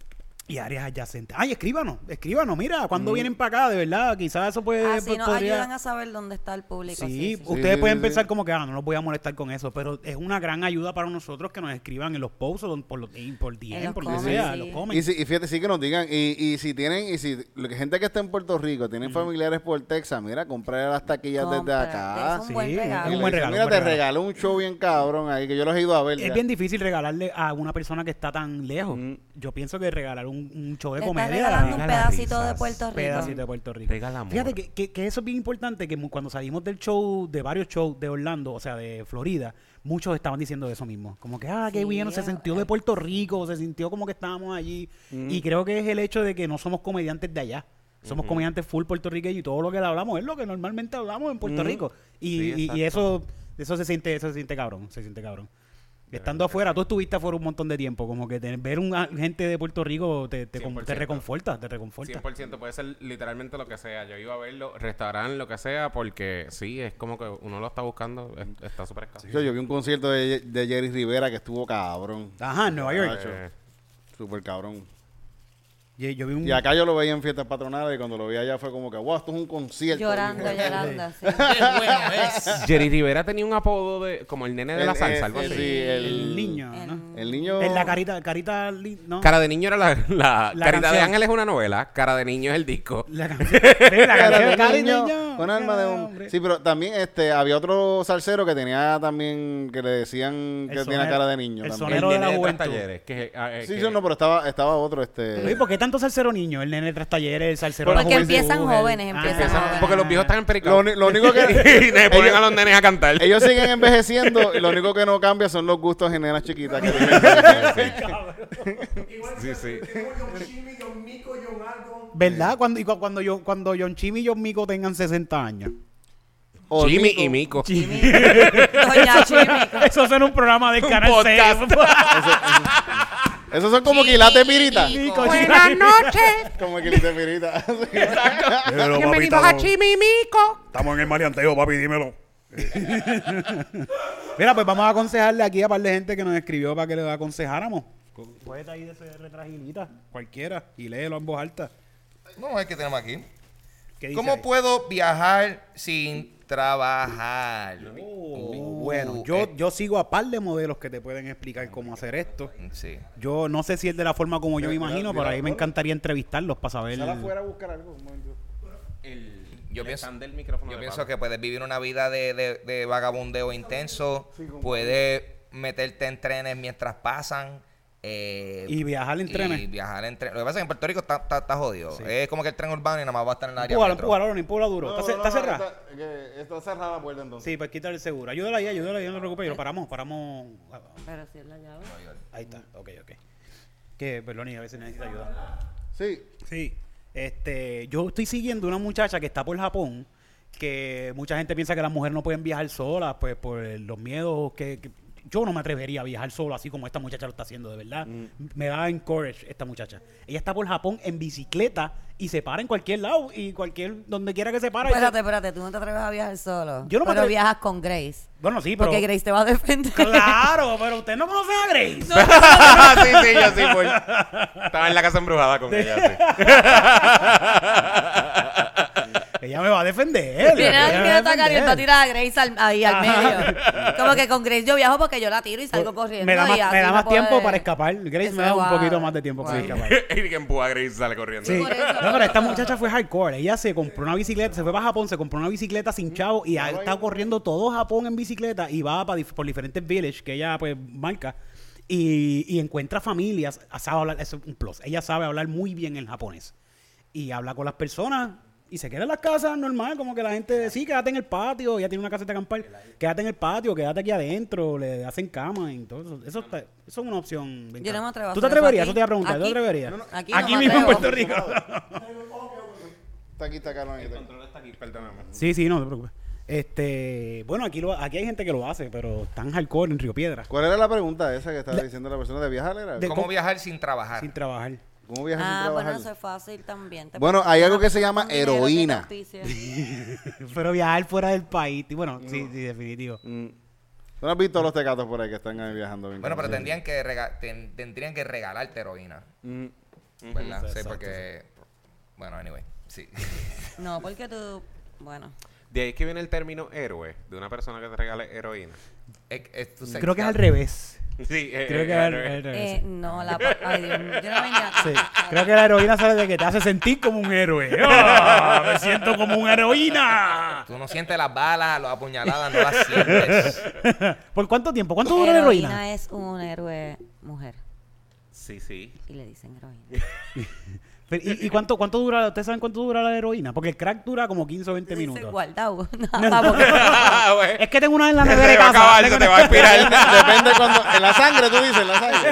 Speaker 2: Y áreas adyacentes. Ay, escríbanos, escríbanos. Mira,
Speaker 4: Mm.
Speaker 2: cuando vienen para acá? De verdad, quizás eso puede.
Speaker 1: Así
Speaker 2: po-
Speaker 1: Ah, nos
Speaker 2: Eh, pues podría-
Speaker 1: ayudan a saber dónde está el público.
Speaker 2: Sí,
Speaker 1: sí, sí.
Speaker 2: ustedes
Speaker 4: Sí,
Speaker 2: pueden
Speaker 4: sí,
Speaker 2: pensar
Speaker 4: sí.
Speaker 2: como que ah, no los voy a molestar con eso, pero es una gran ayuda para nosotros que nos escriban en los posts o don- por los y por DM,
Speaker 1: los
Speaker 2: por lo que
Speaker 1: comments,
Speaker 2: sea,
Speaker 1: sí.
Speaker 2: los comments.
Speaker 4: Y, si- y fíjate, sí que nos digan. Y, y si tienen, y si lo que gente que está en Puerto Rico, tienen familiares por Texas, mira, comprar las taquillas desde
Speaker 1: Cómprate,
Speaker 4: acá.
Speaker 1: es
Speaker 2: Sí,
Speaker 1: un buen regalo.
Speaker 4: Y
Speaker 2: un
Speaker 4: le
Speaker 2: buen
Speaker 4: dicen,
Speaker 2: regalo,
Speaker 4: Mira,
Speaker 2: un
Speaker 4: te
Speaker 2: buen regalo.
Speaker 4: regaló un show bien cabrón ahí, que yo los he ido a ver.
Speaker 2: Es
Speaker 4: ya.
Speaker 2: bien difícil regalarle a una persona que está tan lejos. Yo pienso que regalar un, un show de
Speaker 1: Le estás regalando un
Speaker 2: comedia
Speaker 3: Regala
Speaker 1: pedacito de
Speaker 3: risas,
Speaker 1: Puerto Rico.
Speaker 2: pedacito de Puerto Rico.
Speaker 3: Regala amor.
Speaker 2: Fíjate que, que- que eso es bien importante, que mu- cuando salimos del show, de varios shows de Orlando, o sea, de Florida, muchos estaban diciendo eso mismo. Como que, ah, qué
Speaker 1: Sí,
Speaker 2: bien, se
Speaker 1: eh, Mm.
Speaker 2: sintió de Puerto Rico, se sintió como que estábamos allí. Y creo que es el hecho de que no somos comediantes de allá. Somos comediantes full puertorriqueños y todo lo que hablamos es lo que normalmente hablamos en
Speaker 1: Mm.
Speaker 2: Puerto Rico. Y,
Speaker 3: Sí,
Speaker 2: y- y
Speaker 3: exacto.
Speaker 2: eso eso se siente eso se siente cabrón, se siente cabrón. Estando afuera, tú estuviste afuera un montón de tiempo, como que tener- ver una gente de Puerto Rico te, te, con- te
Speaker 3: 100%.
Speaker 2: reconforta, te reconforta.
Speaker 3: 100% puede ser literalmente lo que sea. Yo iba a verlo, restaurante, lo que sea, porque sí, es como que uno lo está buscando, es- está súper escaso.
Speaker 4: Yo, yo vi un concierto de, de Jerry Rivera que estuvo cabrón.
Speaker 2: Ajá, en Nueva York.
Speaker 4: Tacho,
Speaker 3: Eh,
Speaker 4: Súper cabrón.
Speaker 2: Yo, yo vi un...
Speaker 4: Y acá yo lo veía en fiestas patronales y cuando lo vi allá fue como que, wow, esto es un concierto.
Speaker 1: Llorando,
Speaker 4: Dije,
Speaker 1: llorando. sí.
Speaker 3: Jerry Rivera tenía un apodo de como el nene de la
Speaker 4: El-
Speaker 3: salsa,
Speaker 4: el-
Speaker 3: algo
Speaker 4: el-
Speaker 3: así.
Speaker 4: sí,
Speaker 2: el, niño,
Speaker 1: el-
Speaker 2: ¿no?
Speaker 4: El niño...
Speaker 2: En la carita, carita... li- No.
Speaker 3: Cara de niño era la, la,
Speaker 2: La
Speaker 3: Carita de
Speaker 2: canción.
Speaker 3: Ángel es una novela, Cara de niño es el disco.
Speaker 2: La canción. Sí, la
Speaker 4: Cara
Speaker 2: canción,
Speaker 4: de
Speaker 2: cara de
Speaker 4: niño,
Speaker 2: niño,
Speaker 4: con alma de
Speaker 2: cara
Speaker 4: hombre. Sí, pero también este había otro salsero que tenía también que le
Speaker 2: El
Speaker 4: decían que
Speaker 2: sonero-
Speaker 4: tenía cara de niño.
Speaker 2: el
Speaker 4: también.
Speaker 2: sonero. Sonero de
Speaker 3: El nene
Speaker 2: la
Speaker 3: Tras
Speaker 2: juventud.
Speaker 3: Talleres, que, ah, eh,
Speaker 4: Sí,
Speaker 3: que-
Speaker 4: sí, no, pero estaba estaba otro
Speaker 2: Oye,
Speaker 4: este.
Speaker 2: ¿por qué tanto salsero niño? El nene tras talleres, el salsero...
Speaker 1: Porque
Speaker 4: juventud,
Speaker 1: empiezan
Speaker 2: el-
Speaker 1: jóvenes,
Speaker 2: Ah,
Speaker 1: empiezan
Speaker 3: Empiezan-
Speaker 1: jóvenes.
Speaker 3: porque los viejos están en
Speaker 4: Lo,
Speaker 3: pericado.
Speaker 4: uni- lo único que
Speaker 3: y le ponen
Speaker 4: ellos-
Speaker 3: a los nenes a cantar.
Speaker 4: Ellos siguen envejeciendo y lo único que no cambia son los gustos en nenas chiquitas que tienen.
Speaker 6: Igual
Speaker 3: Sí,
Speaker 6: que
Speaker 3: sí.
Speaker 6: tenemos John Chimmy, John Mico, John Algo.
Speaker 2: ¿Verdad? Cuando, y cu- cuando, yo, cuando John Chimmy y John Mico tengan 60 años.
Speaker 4: O
Speaker 3: Jimmy
Speaker 4: Nico.
Speaker 3: y Mico.
Speaker 1: Doña Chimico.
Speaker 2: Eso será un programa de canal
Speaker 3: podcast.
Speaker 2: seis.
Speaker 4: Esos son como quilates piritas.
Speaker 2: Mico,
Speaker 7: Buenas noches.
Speaker 4: Como quilates piritas.
Speaker 7: Bienvenidos a Chimimico.
Speaker 8: Estamos en el marianteo, papi, dímelo.
Speaker 2: Mira, pues vamos a aconsejarle aquí a par de gente que nos escribió para que le aconsejáramos. Puede ahí de ese retragilita, cualquiera, y léelo en voz alta.
Speaker 5: No, es que tenemos aquí.
Speaker 2: ¿Qué dice ahí?
Speaker 5: ¿Cómo puedo viajar sin trabajar? Uh,
Speaker 2: Bueno, yo,
Speaker 5: eh,
Speaker 2: yo sigo a par de modelos que te pueden explicar cómo hacer esto.
Speaker 5: sí.
Speaker 2: Yo no sé si es de la forma como yo me imagino, pero ahí me encantaría entrevistarlos para saber.
Speaker 4: a buscar algo.
Speaker 5: Yo pienso-
Speaker 3: stand del micrófono
Speaker 5: Yo
Speaker 3: de
Speaker 5: pienso
Speaker 3: Pablo.
Speaker 5: que puedes vivir una vida de, de- de vagabundeo intenso, puedes meterte en trenes mientras pasan. eh,
Speaker 2: Y viajar en
Speaker 5: y
Speaker 2: trenes.
Speaker 5: viajar en trenes. Lo que pasa es que en Puerto Rico está, está- está jodido. Es como que el tren urbano y nada más va a estar en el área
Speaker 2: Empújalo,
Speaker 5: metro.
Speaker 2: empújalo, Ronnie, empújalo duro. ¿Está, ce- está cerrada?
Speaker 4: Está, que está cerrada la puerta entonces.
Speaker 2: Sí, para quitar el seguro. Ayúdala ahí, ayúdala ahí, no te preocupes. Lo paramos, paramos.
Speaker 1: Pero si es la llave.
Speaker 2: Ahí está, ok, ok. Que, perdón, y a veces necesita ayuda.
Speaker 4: Sí.
Speaker 2: Sí. Este, yo estoy siguiendo una muchacha que está por Japón, que mucha gente piensa que las mujeres no pueden viajar solas, pues por los miedos que, que- yo no me atrevería a viajar solo así como esta muchacha lo está haciendo, de verdad. Me da encourage esta muchacha. Ella está por Japón en bicicleta y se para en cualquier lado y cualquier, donde quiera que se para. y se-
Speaker 1: Espérate, espérate, tú no te atreves a viajar solo.
Speaker 2: Yo no me
Speaker 1: pero
Speaker 2: atrevo-
Speaker 1: viajas con Grace.
Speaker 2: Bueno, sí, pero...
Speaker 1: Porque Grace te va a defender.
Speaker 2: Claro, pero usted no conoce a Grace.
Speaker 3: sí, sí, yo sí voy. Estaba en la casa embrujada con ella, sí.
Speaker 2: Ella me va a defender.
Speaker 1: Viene
Speaker 2: ella
Speaker 1: alguien
Speaker 2: me
Speaker 1: que
Speaker 2: va a
Speaker 1: atacar y él va a
Speaker 2: defender.
Speaker 1: tirar a Grace al- ahí al
Speaker 2: Ajá. Pues,
Speaker 1: medio. Como que con Grace yo viajo porque yo la tiro y salgo corriendo.
Speaker 2: Me da
Speaker 1: y
Speaker 2: más,
Speaker 1: así
Speaker 2: me da
Speaker 1: no
Speaker 2: más
Speaker 1: puede-
Speaker 2: tiempo para escapar. Grace
Speaker 1: Eso
Speaker 2: me da un
Speaker 1: es
Speaker 2: poquito
Speaker 1: guau.
Speaker 2: más de tiempo para
Speaker 1: Guau.
Speaker 2: escapar.
Speaker 3: y que empuja a Grace y sale corriendo.
Speaker 2: Sí.
Speaker 1: Por eso.
Speaker 2: No, pero esta muchacha fue hardcore. Ella se compró una bicicleta, se fue para Japón, se compró una bicicleta sin chavo y ha estado corriendo todo Japón en bicicleta y va pa dif- por diferentes villages que ella pues marca y, y encuentra familias. Ah, Sabe hablar, eso es un plus. Ella sabe hablar muy bien el japonés y habla con las personas y se queda en las casas normal, como que la gente sí, quédate en el patio, ya tiene una caseta de acampar, quédate en el patio, quédate aquí adentro, le hacen cama y todo eso. Eso, está- eso es una opción. bien
Speaker 1: Yo no me
Speaker 2: clara.
Speaker 1: atrevo a
Speaker 2: ¿Tú te
Speaker 1: hacer eso
Speaker 2: atreverías?
Speaker 1: aquí.
Speaker 2: Eso te iba a preguntar, ¿tú te
Speaker 1: Aquí.
Speaker 2: atreverías?
Speaker 1: No, no, aquí no
Speaker 2: aquí
Speaker 1: me
Speaker 2: mismo en
Speaker 1: atrevo.
Speaker 2: Puerto Rico.
Speaker 4: Está aquí, está acá, no, aquí, está aquí.
Speaker 2: Sí, sí, no te preocupes. Este, bueno, aquí lo, aquí hay gente que lo hace, pero están hardcore en Río Piedra,
Speaker 4: ¿Cuál era la pregunta esa que estaba diciendo la persona de viajar? Era?
Speaker 2: De-
Speaker 5: ¿Cómo
Speaker 2: ¿cómo?
Speaker 5: viajar sin trabajar?
Speaker 2: sin trabajar.
Speaker 4: ¿Cómo viajar sin
Speaker 1: Ah,
Speaker 4: trabajar?
Speaker 1: bueno, eso es fácil también. Te
Speaker 4: Bueno,
Speaker 1: pones
Speaker 4: hay
Speaker 1: una
Speaker 4: algo que se
Speaker 1: persona
Speaker 4: llama
Speaker 1: con dinero que te
Speaker 4: heroína.
Speaker 1: auspicia.
Speaker 2: Pero viajar fuera del país, y bueno, sí, sí, definitivo.
Speaker 1: Mm.
Speaker 4: ¿Tú no has visto los tecatos por ahí que están ahí viajando? bien
Speaker 5: Bueno, pero
Speaker 4: cabrón?
Speaker 5: tendrían que, rega- ten- tendrían que regalarte heroína. ¿Verdad? Sí, porque... Bueno, anyway. Sí.
Speaker 1: No, porque tú. Bueno.
Speaker 3: De ahí es que viene el término héroe, de una persona que te regale heroína.
Speaker 5: Es- es tu
Speaker 2: Creo que es al
Speaker 5: sexual.
Speaker 2: revés.
Speaker 3: Sí, eh,
Speaker 2: Creo
Speaker 3: eh,
Speaker 2: que es al,
Speaker 3: héroe.
Speaker 2: al revés.
Speaker 1: Eh, no, la. pa- Ay, Dios mío. Yo no venía.
Speaker 2: Sí. Creo que la heroína sale de que te hace sentir como un héroe. ¡Ah! me siento como una heroína.
Speaker 5: Tú no sientes las balas, las apuñaladas, no las sientes.
Speaker 2: ¿Por cuánto tiempo? ¿Cuánto dura la heroína?
Speaker 1: es un héroe mujer.
Speaker 3: Sí, sí.
Speaker 1: Y le dicen heroína.
Speaker 2: Pero, ¿Y, y cuánto, cuánto dura? ¿Ustedes saben cuánto dura la heroína? Porque el crack dura como 15 o 20
Speaker 1: Dice,
Speaker 2: minutos.
Speaker 1: guarda una.
Speaker 3: Ah, güey.
Speaker 2: Es que tengo una en la
Speaker 3: Se
Speaker 2: nevera de
Speaker 3: te va a
Speaker 2: casa.
Speaker 3: acabar,
Speaker 2: Tengo
Speaker 3: se te
Speaker 2: una-
Speaker 3: va a expirar.
Speaker 4: Depende cuando... En la sangre, tú dices, en la sangre.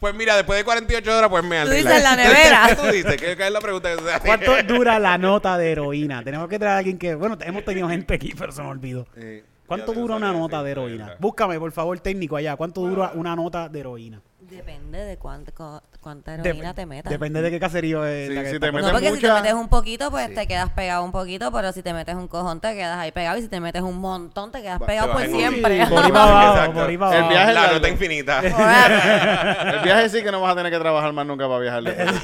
Speaker 3: Pues mira, después de 48 horas, pues me
Speaker 1: Tú
Speaker 3: arregla.
Speaker 1: dices la nevera.
Speaker 3: Tú dices, que que es la pregunta que se hace.
Speaker 2: ¿Cuánto dura la nota de heroína? Tenemos que traer a alguien que. Bueno, hemos tenido gente aquí, pero se me olvidó.
Speaker 4: Eh,
Speaker 2: ¿Cuánto
Speaker 3: ya te
Speaker 2: dura
Speaker 3: lo
Speaker 2: una
Speaker 3: sabía,
Speaker 2: nota
Speaker 3: sí,
Speaker 2: de
Speaker 3: sí,
Speaker 2: heroína?
Speaker 3: verdad.
Speaker 2: Búscame, por favor, técnico allá. ¿Cuánto dura una nota de heroína?
Speaker 1: Depende de cuánto, co- cuánta
Speaker 2: Dep-
Speaker 1: heroína te metas.
Speaker 2: Depende de qué caserío es.
Speaker 4: Sí,
Speaker 2: la que
Speaker 4: sí,
Speaker 2: está
Speaker 4: te
Speaker 2: con-
Speaker 1: No, porque si te
Speaker 4: mucha-
Speaker 1: metes un poquito, pues te quedas pegado un poquito, pero si te metes un cojón, te quedas ahí pegado. Y si te metes un montón, te quedas pegado
Speaker 3: vas
Speaker 1: por
Speaker 3: en un-
Speaker 1: siempre.
Speaker 2: Sí, por ahí para abajo,
Speaker 3: Exacto.
Speaker 2: por ahí para
Speaker 4: El
Speaker 2: abajo.
Speaker 4: viaje-
Speaker 3: La
Speaker 4: largo.
Speaker 3: nota infinita.
Speaker 4: El viaje sí que no vas a tener que trabajar más nunca para viajar. lejos.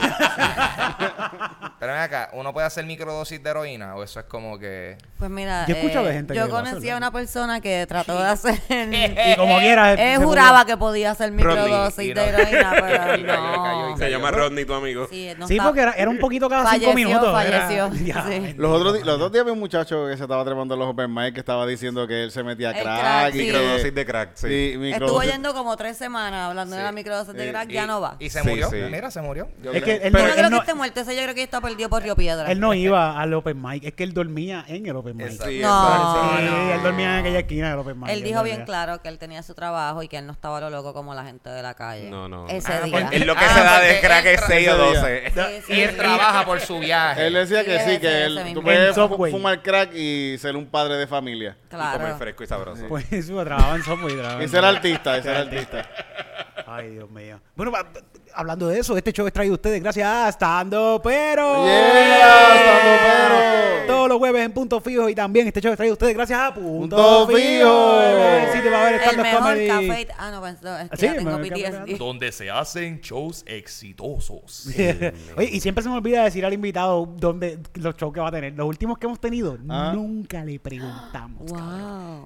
Speaker 5: Pero ven acá, ¿uno puede hacer microdosis de heroína? ¿O eso es como que...?
Speaker 1: Pues mira,
Speaker 2: Yo he escuchado de
Speaker 1: eh,
Speaker 2: gente que
Speaker 1: yo
Speaker 2: lo hace,
Speaker 1: conocí
Speaker 2: ¿verdad?
Speaker 1: a una persona que trató de hacer...
Speaker 2: Y como quieras.
Speaker 1: Él
Speaker 2: se
Speaker 1: eh, juraba
Speaker 2: murió.
Speaker 1: que podía hacer
Speaker 5: Rodney, y
Speaker 1: microdosis
Speaker 5: no.
Speaker 1: de heroína, pero
Speaker 5: Y cayó, y cayó, y
Speaker 1: no.
Speaker 5: cayó.
Speaker 3: Se llama Rodney, tu amigo.
Speaker 1: Sí, no
Speaker 2: Sí,
Speaker 1: está-
Speaker 2: porque era, era un poquito cada cinco
Speaker 1: Falleció,
Speaker 2: minutos. era-
Speaker 1: falleció,
Speaker 2: Ya,
Speaker 1: sí.
Speaker 4: Los otros, di- los dos días vi un muchacho que se estaba trepando en los open mic que estaba diciendo que él se metía
Speaker 1: El
Speaker 4: crack.
Speaker 1: crack, sí.
Speaker 4: y que-
Speaker 3: Microdosis de crack, sí.
Speaker 4: Sí,
Speaker 1: Estuvo
Speaker 4: microdosis.
Speaker 1: yendo como tres semanas hablando de la microdosis de crack, ya
Speaker 5: y-
Speaker 1: no va.
Speaker 5: Y se
Speaker 3: Sí,
Speaker 5: murió.
Speaker 3: sí.
Speaker 5: Mira, se murió. Yo
Speaker 2: Es que
Speaker 5: creo.
Speaker 2: él
Speaker 1: Yo no creo
Speaker 2: no- él
Speaker 1: que este
Speaker 2: no- Eh,
Speaker 1: esté muerto, ese yo creo que está perdido por Río Piedra.
Speaker 2: él no iba al open mic, es que él dormía en el open mic.
Speaker 5: Exacto.
Speaker 3: Sí,
Speaker 1: No,
Speaker 2: Sí,
Speaker 1: no.
Speaker 2: él dormía en aquella esquina del open mic.
Speaker 1: Él dijo bien
Speaker 2: dormía.
Speaker 1: claro que él tenía su trabajo y que él no estaba a lo loco como la gente de la calle.
Speaker 3: No, no.
Speaker 1: Ese
Speaker 5: Ah,
Speaker 1: día.
Speaker 5: porque-
Speaker 3: Es lo que
Speaker 5: Ah,
Speaker 3: se da de
Speaker 5: porque
Speaker 3: crack es
Speaker 5: entra-
Speaker 3: 6 o 12.
Speaker 1: Sí, sí,
Speaker 5: Y él
Speaker 1: sí.
Speaker 5: trabaja por su viaje.
Speaker 4: Él decía que
Speaker 1: Sí,
Speaker 4: sí,
Speaker 1: ese,
Speaker 4: que
Speaker 1: ese
Speaker 4: él,
Speaker 1: mismo.
Speaker 4: tú puedes
Speaker 2: En
Speaker 4: fu-
Speaker 2: Subway.
Speaker 4: fumar crack y ser un padre de familia.
Speaker 3: Y comer
Speaker 1: Claro.
Speaker 3: fresco y sabroso.
Speaker 2: Pues eso, trabajaba en software. trabajaba
Speaker 4: Y
Speaker 2: en
Speaker 4: ser
Speaker 2: software.
Speaker 4: artista, y ser artista.
Speaker 2: Ay, Dios mío. Bueno, pa- pa- hablando de eso, este show es traído a ustedes gracias a Estando Pero.
Speaker 4: Yeah, Estando Pero.
Speaker 2: Todos los jueves en Punto Fijo y también este show es traído a ustedes gracias a Punto,
Speaker 4: Punto Fijo.
Speaker 2: El sitio para ver
Speaker 1: El
Speaker 2: stand-up
Speaker 1: mejor
Speaker 2: comedy.
Speaker 1: café. Ah, no, pues, no, es que
Speaker 2: Sí,
Speaker 1: ya tengo
Speaker 2: mejor café
Speaker 1: PTSD.
Speaker 9: donde se hacen shows exitosos.
Speaker 2: Oye, y siempre se me olvida decir al invitado dónde los shows que va a tener. Los últimos que hemos tenido,
Speaker 4: Ah.
Speaker 2: nunca le preguntamos. cabrón.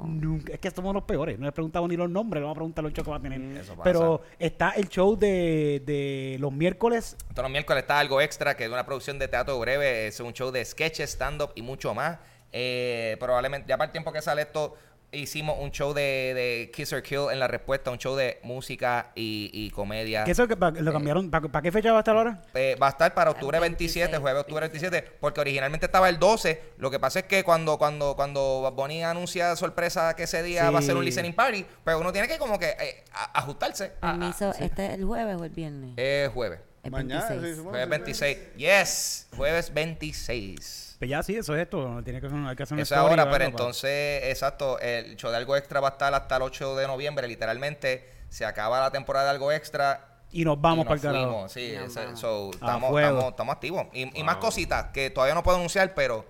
Speaker 1: Wow.
Speaker 2: Nunca. Es que somos los peores. No le preguntamos ni los nombres, le vamos a preguntar los shows que va a tener.
Speaker 5: Eso pasa.
Speaker 2: Pero está el show de, de los miércoles
Speaker 5: Todos los miércoles está algo extra, que es una producción de teatro breve, es un show de sketches, stand-up y mucho más. Eh, probablemente, ya para el tiempo que sale esto, hicimos un show de, de Kiss or Kill en la respuesta, un show de música y, y comedia.
Speaker 2: ¿Qué eso que pa- lo cambiaron? ¿Para qué fecha va a estar ahora?
Speaker 5: Eh, va a estar para octubre
Speaker 1: 26,
Speaker 5: 27, jueves octubre 27, porque originalmente estaba el 12. Lo que pasa es que cuando cuando cuando Bad Bunny anuncia sorpresa que ese día
Speaker 2: Sí.
Speaker 5: va a ser un listening party, pues pero uno tiene que como que eh, a- ajustarse. a- a-
Speaker 1: Permiso, ¿este es el jueves o el viernes?
Speaker 5: eh, jueves.
Speaker 1: Es
Speaker 4: Mañana,
Speaker 1: 26.
Speaker 4: sí, supongo.
Speaker 5: Jueves 26. Yes, jueves 26.
Speaker 2: Pues ya sí, eso es esto. Tiene que hay que hacer una
Speaker 5: Esa
Speaker 2: story,
Speaker 5: hora,
Speaker 2: ¿verdad,
Speaker 5: pero
Speaker 2: papá?
Speaker 5: entonces, exacto, el show de algo extra va a estar hasta el 8 de noviembre, literalmente. Se acaba la temporada de algo extra.
Speaker 2: Y nos
Speaker 5: y
Speaker 2: vamos para
Speaker 5: nos
Speaker 2: el carajo.
Speaker 5: fuimos. Sí,
Speaker 1: Nos
Speaker 5: ese-
Speaker 1: vamos.
Speaker 5: so,
Speaker 2: A
Speaker 5: estamos,
Speaker 2: fuego.
Speaker 5: estamos- estamos activos. Y, y más cositas que todavía no puedo anunciar, pero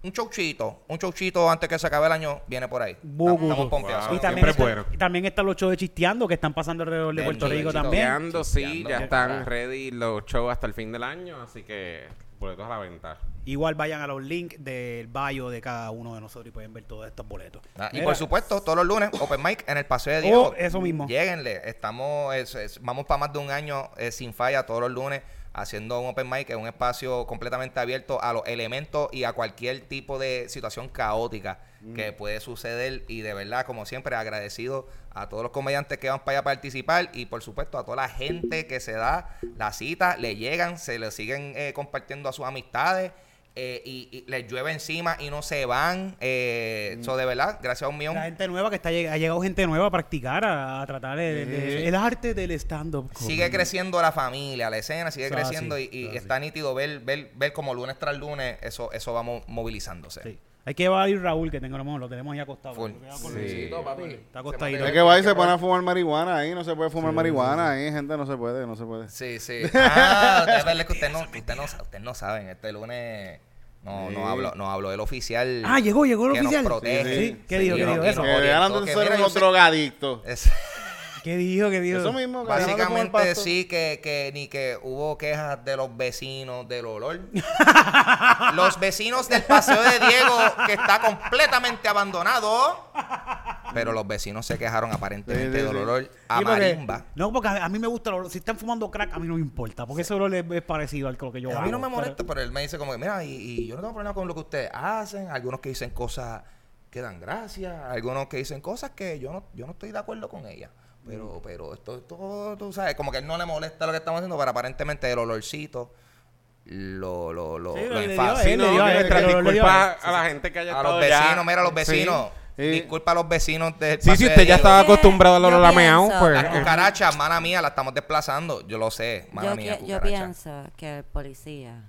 Speaker 5: un showchito, un showchito antes que se acabe el año, viene por ahí.
Speaker 2: Bugu.
Speaker 5: Estamos pompeados.
Speaker 3: Wow.
Speaker 2: Y también,
Speaker 5: Estamos
Speaker 2: este-
Speaker 3: Siempre
Speaker 2: está,
Speaker 3: bueno.
Speaker 2: y también están los shows de chisteando que están pasando alrededor de
Speaker 5: Del
Speaker 2: Puerto Rico
Speaker 5: chisteando.
Speaker 2: también.
Speaker 3: Chisteando, Pues, sí,
Speaker 5: Chisteando.
Speaker 3: ya están ready los shows hasta el fin del año, así que boletos a la venta.
Speaker 2: Igual vayan a los links del bio de cada uno de nosotros y pueden ver todos estos boletos.
Speaker 5: Ah, y
Speaker 2: Mira,
Speaker 5: por supuesto, todos los lunes, Open Mic en el Paseo de Diego.
Speaker 2: Oh, eso mismo.
Speaker 5: Lléguenle. Estamos, es- es- vamos para más de un año eh, sin falla todos los lunes haciendo un Open Mic, que es un espacio completamente abierto a los elementos y a cualquier tipo de situación caótica que puede suceder. Y de verdad, como siempre, agradecido a todos los comediantes que van para allá a participar y por supuesto a toda la gente que se da la cita, le llegan, se le siguen eh, compartiendo a sus amistades. eh, y, y les llueve encima y no se van. Eh, so, de verdad, gracias a un millón.
Speaker 2: La gente nueva que está lleg- ha llegado gente nueva a practicar, a, a tratar el, el- el arte del stand-up.
Speaker 5: Sigue creciendo la familia, la escena sigue
Speaker 2: Eso es
Speaker 5: creciendo
Speaker 2: así,
Speaker 5: y, y
Speaker 2: eso es
Speaker 5: está nítido ver, ver, ver como lunes tras lunes eso, eso va mo- movilizándose.
Speaker 2: Sí. Hay que evadir Raúl, que tengo, hermano, lo tenemos ahí acostado.
Speaker 5: Full.
Speaker 2: Está acostadito.
Speaker 4: Es que va y se pone a fumar marihuana ahí, no se puede fumar marihuana ahí, gente, no se puede, no se puede.
Speaker 5: Sí, sí. Ah, de verdad que usted no, usted no, sa- usted no saben. Este lunes no, no hablo, no hablo del oficial.
Speaker 2: Ah, llegó, llegó el
Speaker 5: que
Speaker 2: oficial.
Speaker 5: Nos protege.
Speaker 2: Sí, sí. ¿Qué dijo,
Speaker 5: Y
Speaker 2: qué
Speaker 5: nos-
Speaker 2: dijo
Speaker 5: y
Speaker 2: eso?
Speaker 5: nos
Speaker 4: que dejaron
Speaker 5: orientó
Speaker 4: de
Speaker 5: que,
Speaker 4: ser
Speaker 5: mira, yo
Speaker 4: unos
Speaker 5: sé-
Speaker 4: drogadictos.
Speaker 5: es-
Speaker 2: ¿Qué dijo? ¿Qué dijo?
Speaker 4: Eso mismo, que dejaron de comer
Speaker 5: Básicamente
Speaker 4: pasto.
Speaker 5: sí que, que ni que hubo quejas de los vecinos del olor. los vecinos del paseo de Diego que está completamente abandonado. Pero los vecinos se quejaron aparentemente
Speaker 4: Sí, sí,
Speaker 5: del
Speaker 4: sí.
Speaker 5: olor a
Speaker 2: Sí, porque-
Speaker 5: marimba.
Speaker 2: No, porque a, a mí me gusta el olor. Si están fumando crack, a mí no me importa. Porque ese olor es, es parecido al que lo que yo
Speaker 5: A mí no
Speaker 2: hago,
Speaker 5: me
Speaker 2: pero-
Speaker 5: molesta, pero él me dice como que, mira, y, y yo no tengo problema con lo que ustedes hacen. Algunos que dicen cosas que dan gracia, algunos que dicen cosas que yo no, yo no estoy de acuerdo con ellas. Pero, pero esto, esto, tú sabes, como que él no le molesta lo que estamos haciendo, pero aparentemente el olorcito lo, lo, lo,
Speaker 2: Sí,
Speaker 5: lo
Speaker 2: lo que le dio
Speaker 5: enfatiza.
Speaker 2: a él,
Speaker 3: Sí,
Speaker 2: le
Speaker 3: no, eh,
Speaker 2: dio a él,
Speaker 3: nuestras
Speaker 2: pero le dio a él.
Speaker 3: disculpas a la gente que haya
Speaker 5: A
Speaker 3: estado
Speaker 5: los
Speaker 3: ya-
Speaker 5: vecinos, mira, a los
Speaker 3: Sí.
Speaker 5: vecinos.
Speaker 4: sí.
Speaker 5: Disculpa a los vecinos de
Speaker 3: Sí, si
Speaker 5: Paseo de
Speaker 3: usted ya
Speaker 5: Diego.
Speaker 3: estaba acostumbrado al olor
Speaker 1: Yo
Speaker 3: a meao,
Speaker 1: pienso-
Speaker 3: pues...
Speaker 5: Las cucarachas, mala mía, la estamos desplazando. Yo lo sé, mala
Speaker 1: Yo,
Speaker 5: mía,
Speaker 1: qui- yo
Speaker 5: cucaracha.
Speaker 1: pienso que el policía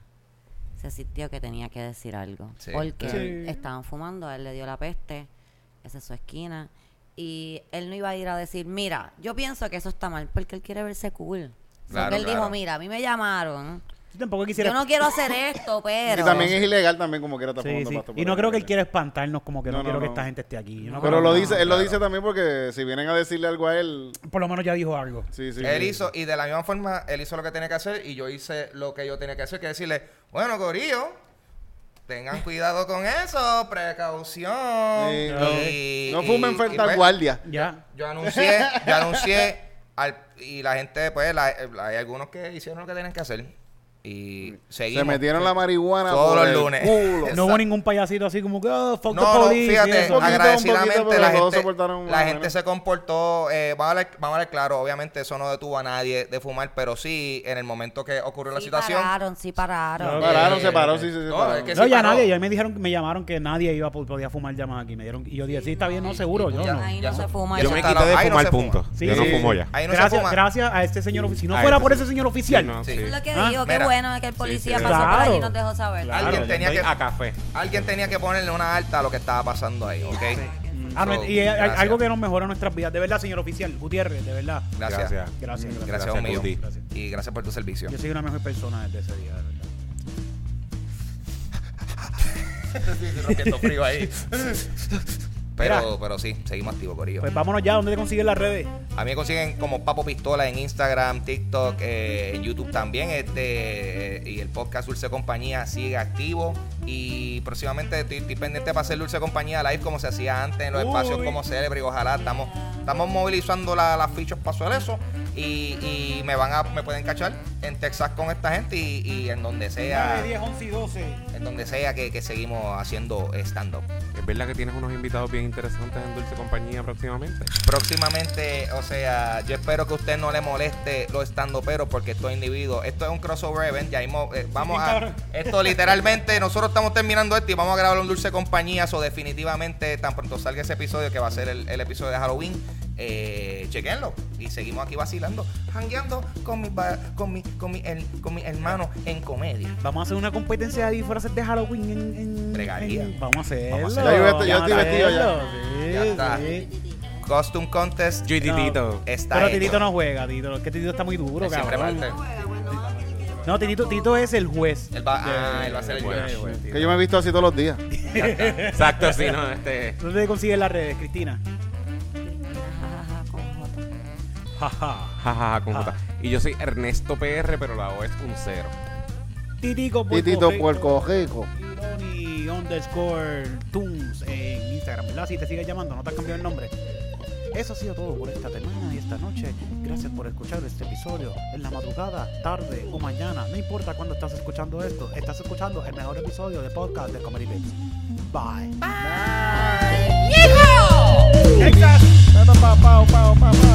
Speaker 1: se sintió que tenía que decir algo.
Speaker 5: Sí.
Speaker 1: Porque
Speaker 2: Sí.
Speaker 1: estaban fumando, a él le dio la peste, esa es su esquina. Y él no iba a ir a decir, mira, yo pienso que eso está mal, porque él quiere verse cool. O sea,
Speaker 5: Claro,
Speaker 1: que él
Speaker 5: claro.
Speaker 1: dijo, mira, a mí me llamaron.
Speaker 2: Yo tampoco quisiera.
Speaker 1: Yo no quiero hacer esto, pero...
Speaker 4: Y también es ilegal también como quiera estar
Speaker 2: Sí,
Speaker 4: fumando
Speaker 2: sí.
Speaker 4: pasto.
Speaker 2: Y
Speaker 4: por
Speaker 2: no
Speaker 4: ahí.
Speaker 2: creo que él quiera espantarnos como que no,
Speaker 4: No, no,
Speaker 2: quiero que
Speaker 4: no.
Speaker 2: esta gente esté aquí. Yo no
Speaker 4: Pero
Speaker 2: creo-
Speaker 4: lo
Speaker 2: no,
Speaker 4: dice, él lo
Speaker 5: claro.
Speaker 4: dice también porque si vienen a decirle algo a él,
Speaker 2: Por lo menos ya dijo algo.
Speaker 4: sí, sí.
Speaker 5: él
Speaker 4: sí.
Speaker 5: hizo, y de la misma forma, él hizo lo que tenía que hacer y yo hice lo que yo tenía que hacer, que decirle, bueno, Corillo, tengan cuidado con eso, precaución.
Speaker 4: Sí,
Speaker 5: y-
Speaker 4: no
Speaker 5: y-
Speaker 4: fumen
Speaker 5: y
Speaker 4: frente al
Speaker 5: pues,
Speaker 4: guardia.
Speaker 2: Ya.
Speaker 5: Yo anuncié, yo anuncié, al- y la gente, pues, la- hay algunos que hicieron lo que tenían que hacer. Y seguimos.
Speaker 4: Se metieron la marihuana
Speaker 5: Todos los
Speaker 4: por el
Speaker 5: lunes.
Speaker 4: culo.
Speaker 2: No hubo ningún payasito así como que, oh, fuck
Speaker 5: No,
Speaker 2: the
Speaker 5: no,
Speaker 2: police", y
Speaker 5: fíjate, Ah,
Speaker 2: eso.
Speaker 4: un poquito,
Speaker 5: agradecidamente
Speaker 4: pero
Speaker 5: la
Speaker 4: todos
Speaker 5: gente,
Speaker 4: se portaron más
Speaker 5: la
Speaker 4: o
Speaker 5: gente
Speaker 4: menos.
Speaker 5: se comportó, eh, vamos, a hablar, vamos a hablar claro, obviamente eso no detuvo a nadie de fumar, pero sí, en el momento que ocurrió la
Speaker 1: Sí
Speaker 5: situación,
Speaker 1: pararon, sí pararon.
Speaker 2: No,
Speaker 4: Pararon,
Speaker 5: Eh,
Speaker 4: se paró,
Speaker 5: eh,
Speaker 4: sí, sí, se
Speaker 5: no,
Speaker 4: pararon.
Speaker 5: es que
Speaker 2: No,
Speaker 5: sí
Speaker 2: ya
Speaker 5: paró.
Speaker 2: nadie, ya me dijeron, me llamaron que nadie iba a- podía fumar llamadas aquí. Me dieron, y yo dije, sí, está bien, no, seguro, yo
Speaker 5: ya-
Speaker 2: no.
Speaker 1: Ahí no se fuma.
Speaker 5: Yo
Speaker 3: Yo
Speaker 1: ya.
Speaker 3: me
Speaker 5: Ahí
Speaker 3: quité de
Speaker 5: no se
Speaker 3: fumar,
Speaker 5: fuma.
Speaker 3: punto.
Speaker 2: Sí,
Speaker 3: Yo no
Speaker 2: sí.
Speaker 3: fumo ya.
Speaker 5: Ahí no se
Speaker 2: gracias,
Speaker 5: fuma.
Speaker 2: gracias a este señor oficial. Si no
Speaker 3: A
Speaker 2: fuera
Speaker 3: este
Speaker 2: por ese
Speaker 3: señor.
Speaker 2: señor oficial.
Speaker 3: No,
Speaker 5: Sí.
Speaker 1: Eso es
Speaker 3: sí.
Speaker 1: lo que
Speaker 2: Ah,
Speaker 1: digo, qué
Speaker 5: mira.
Speaker 1: bueno es que el policía
Speaker 3: sí,
Speaker 1: pasó por
Speaker 2: claro.
Speaker 1: ahí y nos dejó saber.
Speaker 2: Claro.
Speaker 5: Alguien
Speaker 3: Yo
Speaker 5: tenía
Speaker 3: estoy
Speaker 5: que-
Speaker 3: a café.
Speaker 5: Alguien tenía que ponerle una alta a lo que estaba pasando ahí, ¿ok?
Speaker 2: Ah, no,
Speaker 5: So,
Speaker 2: y eh,
Speaker 5: gracias.
Speaker 2: algo que nos mejora nuestras vidas. De verdad, señor oficial. Gutiérrez, de verdad.
Speaker 5: Gracias.
Speaker 3: Gracias.
Speaker 5: Gracias,
Speaker 2: Gracias, gracias.
Speaker 5: gracias un millón.
Speaker 3: Guti.
Speaker 2: Gracias.
Speaker 5: Y Mm, gracias por tu servicio.
Speaker 2: Yo soy una mejor persona desde ese día, de verdad.
Speaker 5: Rompiendo frío ahí. pero, pero sí, seguimos activos, Corillo.
Speaker 2: Pues vámonos ya, ¿dónde te consiguen las redes?
Speaker 5: A mí me consiguen como Papo Pistola en Instagram, TikTok, eh, en YouTube también. Este, eh, y el podcast Dulce Compañía sigue activo. Y próximamente estoy, estoy pendiente para hacer Dulce Compañía live como se hacía antes en los espacios como célebre. Y ojalá estamos, estamos movilizando la- las fichas para hacer eso. Y, y me van a, me pueden cachar en Texas con esta gente y, y en donde sea.
Speaker 2: 11 y 12.
Speaker 5: En donde sea que, que seguimos haciendo stand-up.
Speaker 3: Es verdad que tienes unos invitados bien interesantes en Dulce Compañía próximamente.
Speaker 5: Próximamente, o sea, yo espero que usted no le moleste los estando pero porque esto es individuo. Esto es un crossover event. Ya mismo, eh, vamos a. Esto literalmente, nosotros estamos terminando esto y vamos a grabar un dulce compañía. O definitivamente, tan pronto salga ese episodio que va a ser el, el episodio de Halloween. eh, chequenlo. Y seguimos aquí vacilando, jangueando con mis va- con mi, con mi, el- con mi hermano en comedia.
Speaker 2: Vamos a hacer una competencia de disfraces de Halloween en... en-
Speaker 5: Regalía.
Speaker 2: en- vamos a hacerlo.
Speaker 5: Vamos a
Speaker 4: hacerlo. Ya yo estoy- yo estoy vestido ya.
Speaker 5: Ya está. Costume Contest
Speaker 3: Titito.
Speaker 5: está
Speaker 2: Pero
Speaker 5: hecho.
Speaker 2: Titito no juega, Titito. Es que Titito está muy duro,
Speaker 5: Él siempre
Speaker 2: cabrón.
Speaker 5: parte.
Speaker 2: No, Titito, Tito es el juez.
Speaker 5: Él va, ah, él va a ser el juez.
Speaker 4: Que yo me he visto así todos los días.
Speaker 3: Exacto, sí, no, este.
Speaker 2: ¿Dónde te consigues las redes, Cristina?
Speaker 1: Jajaja, Ah, con J.
Speaker 2: Jaja.
Speaker 3: Jajaja, con J. Y yo soy Ernesto PR, pero la O es un cero.
Speaker 2: Titico Puerco
Speaker 4: Titito
Speaker 2: Rico.
Speaker 4: Puerco Rico.
Speaker 2: Ironi underscore Tunes en Instagram, ¿verdad? Si te sigues llamando, no te has cambiado el nombre. Eso ha sido todo por esta semana y esta noche. Gracias por escuchar este episodio. En la madrugada, tarde o mañana, no importa cuándo estás escuchando esto, estás escuchando el mejor episodio de podcast de Comedy Bits. Bye. Bye. Texas. Pa, pa, pa, pa, pa, pa.